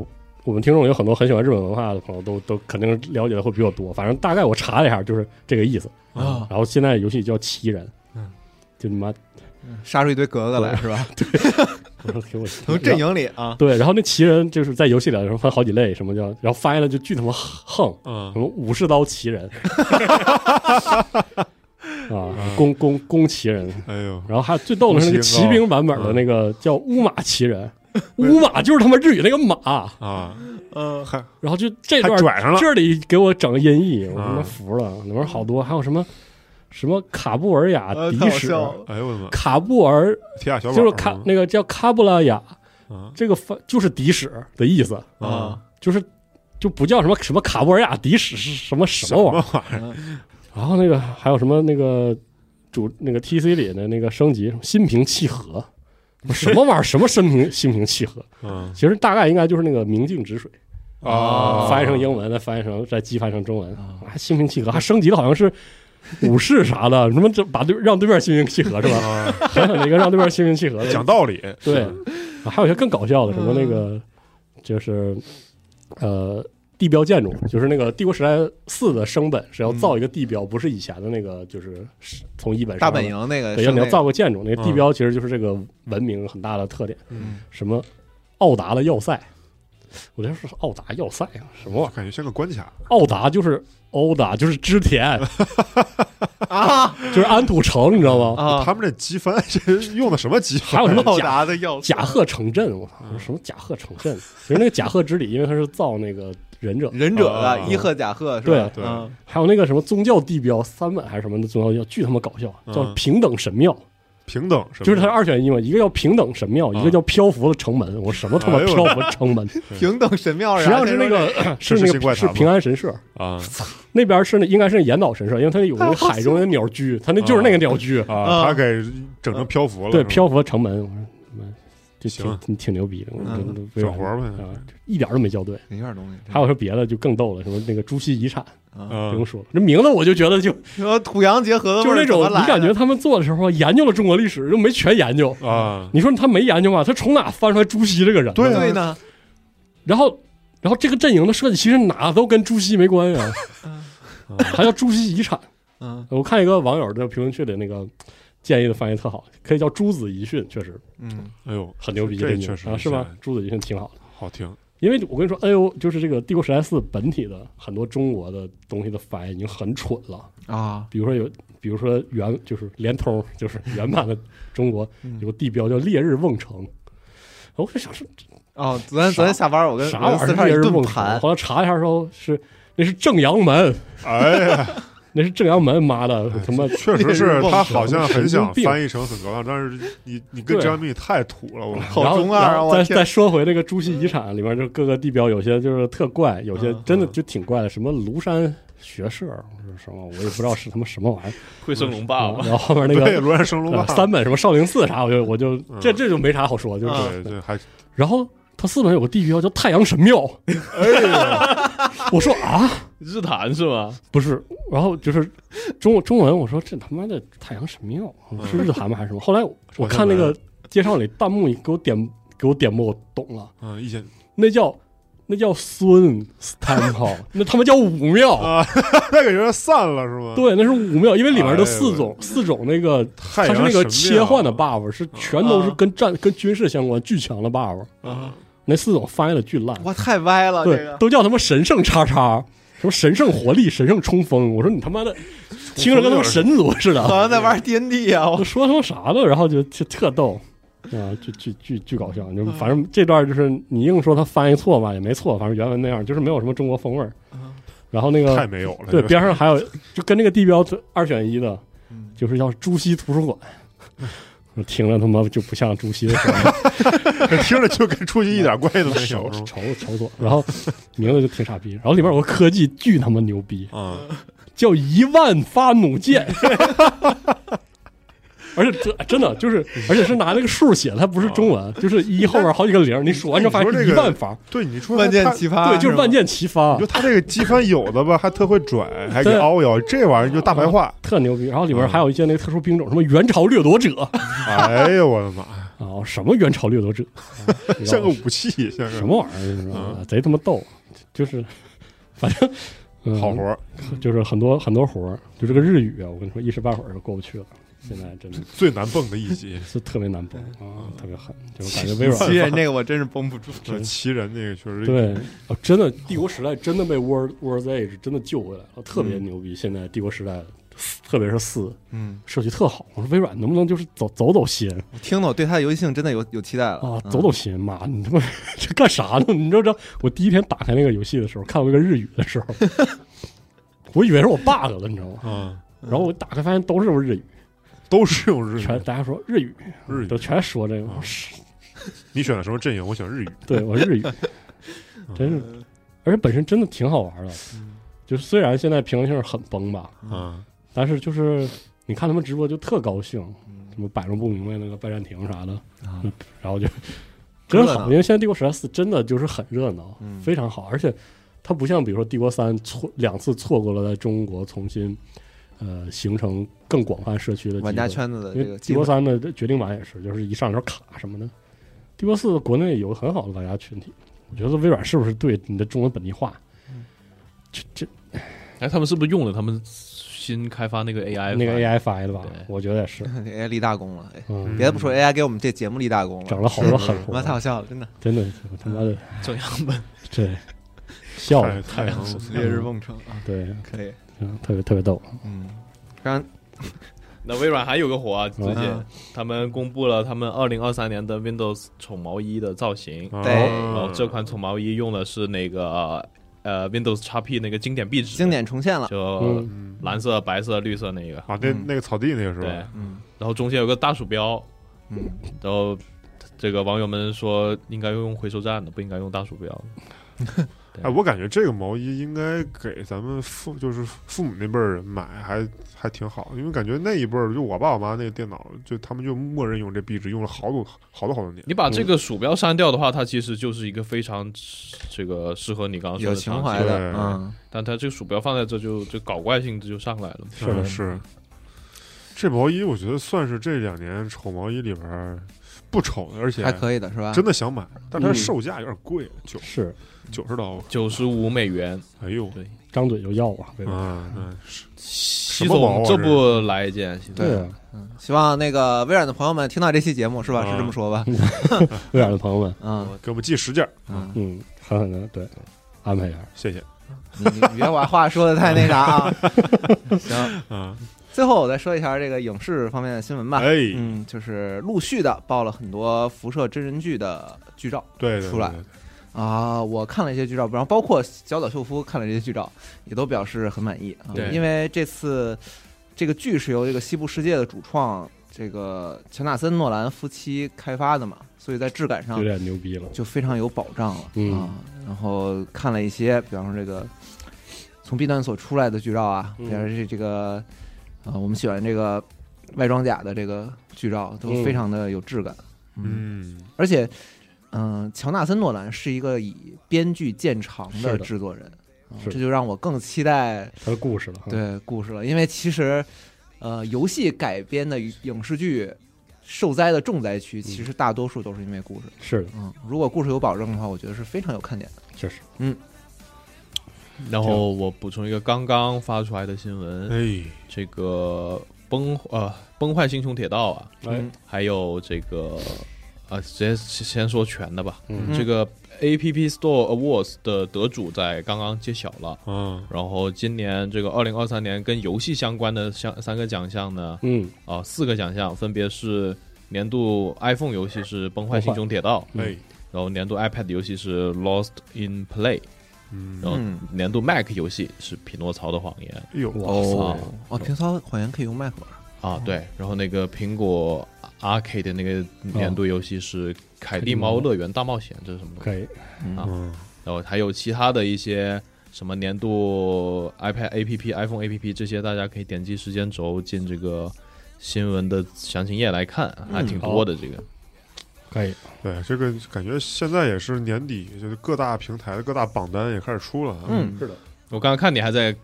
我们听众有很多很喜欢日本文化的朋友都，都肯定了解的会比我多。反正大概我查了一下，就是这个意思啊。然后现在游戏叫旗人，嗯，就你妈杀出一堆格格来是 啊吧？我说给我从阵营里啊，对，然后那旗人就是在游戏里头分好几类，什么叫然后翻译了就巨他妈横，嗯什么武士刀骑 人，啊，弓弓弓骑人，哎呦，然后还有最逗的是那个弓骑哦嗯骑人兵版本的那个叫乌马 骑人，乌马就是他妈日语那个马，啊，嗯，还然后就这还段拽上了这里给我整音译，我他妈嗯服了，里面好多还有什么什么卡布尔雅呃太迪好史。笑了哎呦我的妈，卡布尔铁甲小宝嗯就是卡那个叫卡布拉雅，啊这个翻就是迪史的意思，啊，就是就不叫什么什么卡布尔雅迪史是什么什什么么玩意儿玩意儿？然后那个还有什么那个主那个 TC 里的那个升级心平气和，我什么玩意儿？什么心平心平气和？嗯其实大概应该就是那个明镜止水，啊，翻译成英文，再翻译成再激翻成中文，啊，心平气和，还升级的好像是武士啥的，什么这把对让对面心平气和是吧？啊，狠狠的一个让对面心平气和 的，讲道理，对，啊还有一些更搞笑的，什么那嗯个就是呃地标建筑，就是那个帝国时代四的升本是要造一个地标，不是以前的那个，就是从一本嗯大上本的。营那个对，是要你要那个造个建筑，那个地嗯标其实就是这个文明很大的特点。嗯，什么奥达的要塞，我在说是奥达要塞啊，什么玩意我感觉像个关卡儿？奥达就是欧达，就是织田 啊，就是安土城，你知道吗？啊，他们这机翻 这用的什么机翻？还有什么到甲达的要甲贺城镇，我操，嗯什么甲贺城镇？其实那个甲贺之里，因为它是造那个忍者， 忍者啊的伊贺甲贺是吧？对嗯还有那个什么宗教地标三本还是什么的宗教地标，巨他妈搞笑，叫嗯平等神庙，平等什么的？就是它是二选一嘛，一个叫平等神庙，啊一个叫漂浮的城门。我什么他妈哎呦漂浮 城门？实平等神庙，啊际上然是后那 个是这是那新怪个谈是吗平安神社，啊那边是那应该是岩岛神社，因为它有那个海中的鸟居，它那就是那个鸟居，啊，他给整成漂浮了， 对，是吧漂浮的城门。我说妈嗯就行挺挺挺牛逼的，我真的整活儿呗啊，一点儿都没校对。那有点东西，还有说别的就更逗了，什么那个朱熹遗产，不用嗯说了，这名字我就觉得就说土洋结合的味就儿是那怎种么来你的，感觉他们做的时候研究了中国历史，又没全研究。啊，你说他没研究吗？他从哪翻出来朱熹这个人？对啊对呢？然后，然后这个阵营的设计其实哪都跟朱熹没关系啊，还叫朱熹遗产。嗯我看一个网友在评论区里那个建议的翻译特好，可以叫朱子遗训，确实嗯，哎呦，很牛逼，这个确名实啊，是吧现？朱子遗训挺好的。在好听，因为我跟你说，N O 就是这个帝国时代四本体的很多中国的东西的翻译已经很蠢了，啊，比如说有，比如说原就是联通， 就是原版的中国嗯有个地标叫烈日瓮城，我就想说哦，昨天昨天下班，我跟啥我跟玩意儿四是少烈一日顿瓮城？盘后来查一下说是那是正阳门，哎 呀，那是正阳门，妈的哎他妈确实是他好像很想神经病翻译成很高大，但是你你跟对张密太土 了，我好然后中二啊！然后我再天再，说回那嗯个朱熹遗产里面，就各个地标有些就是特怪，有些真的就挺怪的，什么庐山学社是什么，我也不知道是他妈什 么玩意儿。会升龙霸吗？然后后面那对，个罗兰升龙呃霸， 三本什么少林寺啥，我就我就嗯这这就没啥好说，就是对对，还然后它四本有个地标叫太阳神庙，哎 我说啊，日坛是吗？不是，然后就是中中文，我说这他妈的太阳神庙嗯是日韩吗还是什么？后来我看那个介绍里弹幕给我点给我点播，我懂了，嗯一些 那叫那叫孙 temple，那他妈叫武庙。啊，那个有点散了是吗？对，那是武庙，因为里面哎呦的四种、四种那个，太它阳是神庙，那个切换的 buff，是全都是啊跟战、跟军事相关巨强的 buff。啊，那四种翻译的巨烂，哇，太歪啊了，这对，个都叫他妈神圣叉叉，什么神圣活力、神圣冲锋。我说你他妈的，听着跟他妈神族似好的，像在玩 D N D 啊！我我说他妈啥呢？然后就就特逗。啊，巨巨巨巨搞笑！就嗯反正这段就是你硬说他翻译错吧，也没错，反正原文那样，就是没有什么中国风味儿。嗯然后那太个没有了，呃对这边上还有，就跟那个地标二选一的嗯，就是叫朱熹 图书馆。我听着他妈就不像朱熹的声音，听着就跟出去一点关系都没手有是吗？瞅瞅左，然后名字就挺傻逼，然后里面有个科技巨他妈牛逼，嗯，叫一万发弩 箭，而且这真的就是，而且是拿那个数写的，它不是中文，就是一后面好几个零，你数完之后发啊你说现这一个万发，对，你 说万箭他齐发，对，就是吧万箭齐发你说，他这个机翻有的吧，还特会拽，还给对啊凹腰，这玩意儿就大白 话。特牛逼。然后里边嗯还有一些那个特殊兵种，什么元朝掠夺者哎呀，我的妈呀，啊，什么元朝掠夺者，啊 像个武器，像什个么玩意儿，就是啊贼他妈逗，就是反正。嗯好活儿。就是很多很多活儿，就这个日语啊，我跟你说一时半会儿就过不去了。现在真的最难蹦的一 集，是特别难崩啊，特别狠，就我感觉微软其实那个我真是绷不住，这奇人那个确实对，哦，真的帝国时代真的被 World World's Age 真的救回来了，特别嗯牛逼。现在帝国时代，特别是四嗯，设计特好，我说微软能不能就是走走走心我听了我对它的游戏性真的有有期待了啊，嗯走走心，妈，你他妈这干啥呢？你知道这我第一天打开那个游戏的时候，看到那个日语的时候， 我以为是我 bug 了，你知道吗？啊，然后我打开发现都是日语，都是用日全语。大家说日语，日都语，全说这个，嗯我说是你选的什么阵营？我选日语。 对 我日语，真是，而且本身真的挺好玩的，嗯就是虽然现在评论性很崩吧，啊，但是就是 你看他们直播就特高兴，嗯什么摆弄不明白那个拜占庭啥的，啊嗯然 后就真热好，闹因为现在帝国时代四真的就是很热闹，嗯非常好，而且它不像比如说帝国三错两次错过了在中国重新呃形成更广泛社区的机玩家会圈子的因这为个帝计国划三的决定版也是，就是一上来就卡什么的。帝国四国内有很好的玩家群体，我觉得微软是不是对你的中文本地化，这这哎，他们是不是用了他们新开发那个 AI 那个版 AI 发的吧对？我觉得也是，这 AI 立大功了， 哎嗯，别的不说，AI 给我们这节目立大功了，整了好多狠他妈活太，好笑了，真的，真的我他妈的正样本？这笑太了，太 阳公司烈日梦城啊，对，可以，嗯特别特别逗。嗯，刚那微软还有个活啊，最近嗯他们公布了他们二零二三年的 Windows 宠毛衣的造型，啊对然后这款宠毛衣用的是那个呃 Windows XP 那个经典壁纸，经典重现了，就嗯，蓝色、白色、绿色那个，啊，那嗯那个草地那个是对，吧？嗯然后中间有个大鼠标，嗯，然后这个网友们说应该用回收站的，不应该用大鼠标。对哎，我感觉这个毛衣应该给咱们父，就是父母那辈儿人买，还还挺好，因为感觉那一辈儿，就我爸我妈那个电脑，就他们就默认用这壁纸，用了好多好多好多年。你嗯把这个鼠标删掉的话，它其实就是一个非常这个适合你刚刚说有的情场怀景的，对嗯，但它这个鼠标放在这就就搞怪性就上来了。是嗯的，是。这毛衣我觉得算是这两年丑毛衣里边儿不丑的，而且还可以啊的是吧？真的想买，但它嗯售价有点贵，九是九十刀。九十五美元，哎呦，对，张嘴就要啊，微软啊，那是习么毛啊总这这不来一件？习总对啊，嗯希望那个微软的朋友们听到这期节目是吧？啊是这么说吧？微软的朋友们，嗯给我们寄十件儿，嗯，嗯，狠狠的对安排一下。谢谢。你你你别把话说的太那啥啊，行。啊，最后我再说一下这个影视方面的新闻吧。哎，嗯，就是陆续的爆了很多辐射真人剧的剧照对对，出来对啊，我看了一些剧照，然后包括小岛秀夫看了这些剧照，也都表示很满意啊。对因为这次这个剧是由这个《西部世界》的主创这个乔纳森·诺兰夫妻开发的嘛，所以在质感上有点牛逼了。就非常有保障了、嗯啊。然后看了一些，比方说这个。从避难所出来的剧照啊，嗯比如是这个啊、呃我们喜欢这个外装甲的这个剧照，都嗯非常的有质感。嗯，而且，嗯、乔纳森·诺兰是一个以编剧见长是的的制作人，啊是这就让我更期待他的故事了。，对故事了。因为其实，呃，游戏改编的影视剧受灾的重灾区，嗯其实大多数都是因为故事。是的，嗯，如果故事有保证的话，我觉得是非常有看点的。确实，然后我补充一个刚刚发出来的新闻，哎，这个崩呃崩坏星穹铁道啊，嗯哎，还有这个啊，先先说全的吧。嗯这个 A P P Store Awards 的得主在刚刚揭晓了。嗯，然后今年这个二零二三年跟游戏相关的项三个奖项呢，嗯，啊、四个奖项分别是年度 iPhone 游戏是《崩坏星穹铁道》，哎，然后年度 iPad 游戏是《Lost in Play》，嗯，然后嗯年度 Mac 游戏是《匹诺曹的谎言哎呦，哇哦塞，哦，平操谎言可以用麦克玩。》啊，对，然后那个苹果 Arcade 的那个年度游戏是《凯蒂猫乐园大冒险》，这是什么东西？可以，啊嗯，然后还有其他的一些什么年度 iPad APP、iPhone APP 这些，大家可以点击时间轴进这个新闻的详情页来看，还挺多的这个。可以，对，这个感觉现在也是年底，就是各大平台的各大榜单也开始出了，，啊嗯，是的，我刚刚看你还在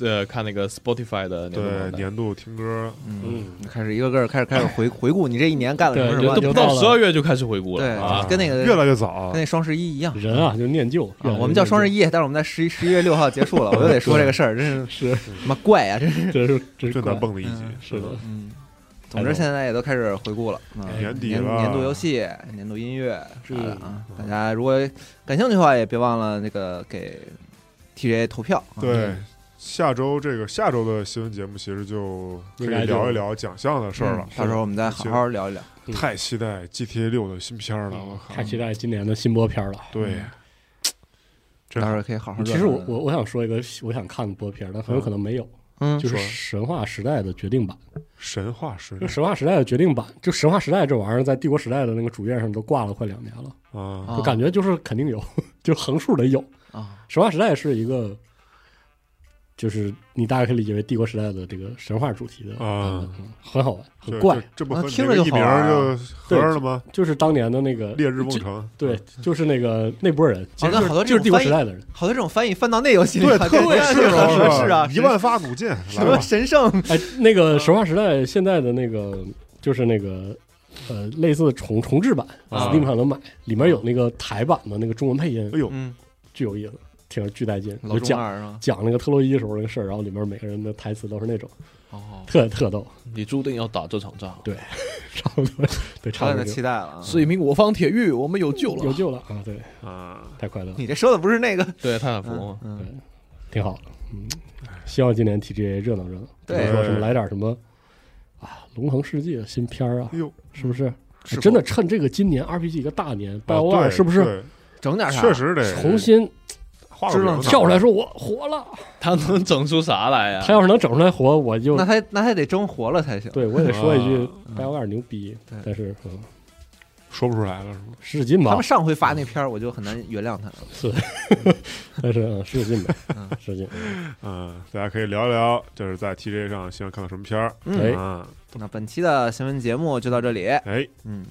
呃看那个 Spotify 的年度对榜，单年度听歌，嗯，开始一个个儿开始开始回回顾你这一年干了什么什对都么，就不到到了十二月就开始回顾了对，啊就。跟那个越来越早跟，那双十一一样。人啊，就念旧，啊，我们叫双十一，一，但是我们在十一十一月六号结束了，我又得说这个事儿，真是是，妈怪啊，真是。这是这是最难快蹦的一集，嗯是的，嗯，总之现在也都开始回顾了，啊哎年底年了年度游戏、年度音乐啥嗯的啊，大家如果感兴趣的话，也别忘了那个给 TJ 投票。啊对，，下周这个下周的新闻节目其实就可以聊一聊奖项的事儿了嗯。到时候我们再好好聊一聊。嗯太期待 GTA 六的新片儿了，嗯我靠！太期待今年的新播片了。对，真到时好候可以好好热闹其热实闹。我我我想说一个我想看的播片，但很有可能没有，嗯就是《说神话时代的决定版》。神话时就《神话时代》的决定版，就《神话时代》这玩意儿在帝国时代的那个主页上都挂了快两年了，啊，啊就感觉就是肯定有， 就横竖得有。《啊，神话时代》是一个，就是你大概可以理解为帝国时代的这个神话主题的啊版本嗯很好玩，这很怪这，这不啊和你听那着个就艺好名玩儿啊就合上了吗？就是当年的那个烈日梦就城，对，就是那个那波人，其实那就嗯是好多这种就是帝国翻译时代的人。好多这种翻译翻到那游戏里，对，感觉特别真适啊是合是啊，一万发弩箭，什来么吧，神圣哎，那嗯个《神话时代》现在的那个就是那个呃类似的重重制版啊，Steam 上能买，里面啊有那个台版的那个中文配音哎，呦，嗯，巨有意思，挺巨带劲，老就中讲二是吧？讲那个特洛伊的时候那个事儿，然后里面每个人的台词都是那种 哦，特特逗，你注定要打这场仗，差不多对，差太不的多就期待了啊！是一名我方铁玉，我们有救有了。救了啊！对，啊，太快乐了，你这说的不是那个？对，泰坦福嗯嘛，嗯，挺好的，嗯，希望今年 TGA 热闹热闹，对比如说什么来点什么啊，《龙腾世纪》新片儿啊哎，呦，是不是？是哎真的否趁这个今年 RPG 一个大年啊，BioWare、对是不是对整点啥？确实得重新画支个棱饼跳出来说我活了？哎他能整出啥来啊呀他？要是能整出来活，我就那他那他得蒸活了才行。对我也得说一句啊 BioWare 牛逼对，但是嗯，说不出来了，是吗？使使劲他吧们。上回发那片儿，我就很难原谅他了。但是嗯，使使劲吧嗯，使劲。嗯，大家可以聊一聊，就是在 TJ 上希望看到什么片儿。哎嗯，啊，那本期的新闻节目就到这里，哎，嗯，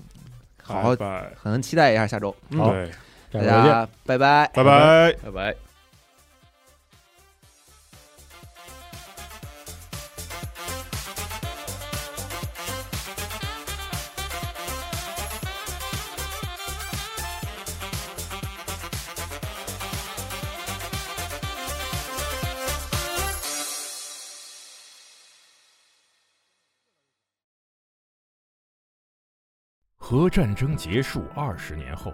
好好拜拜，很期待一下下周。嗯，好对，大大家再见。家拜拜。拜拜。拜拜。核战争结束二十年后，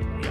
模样。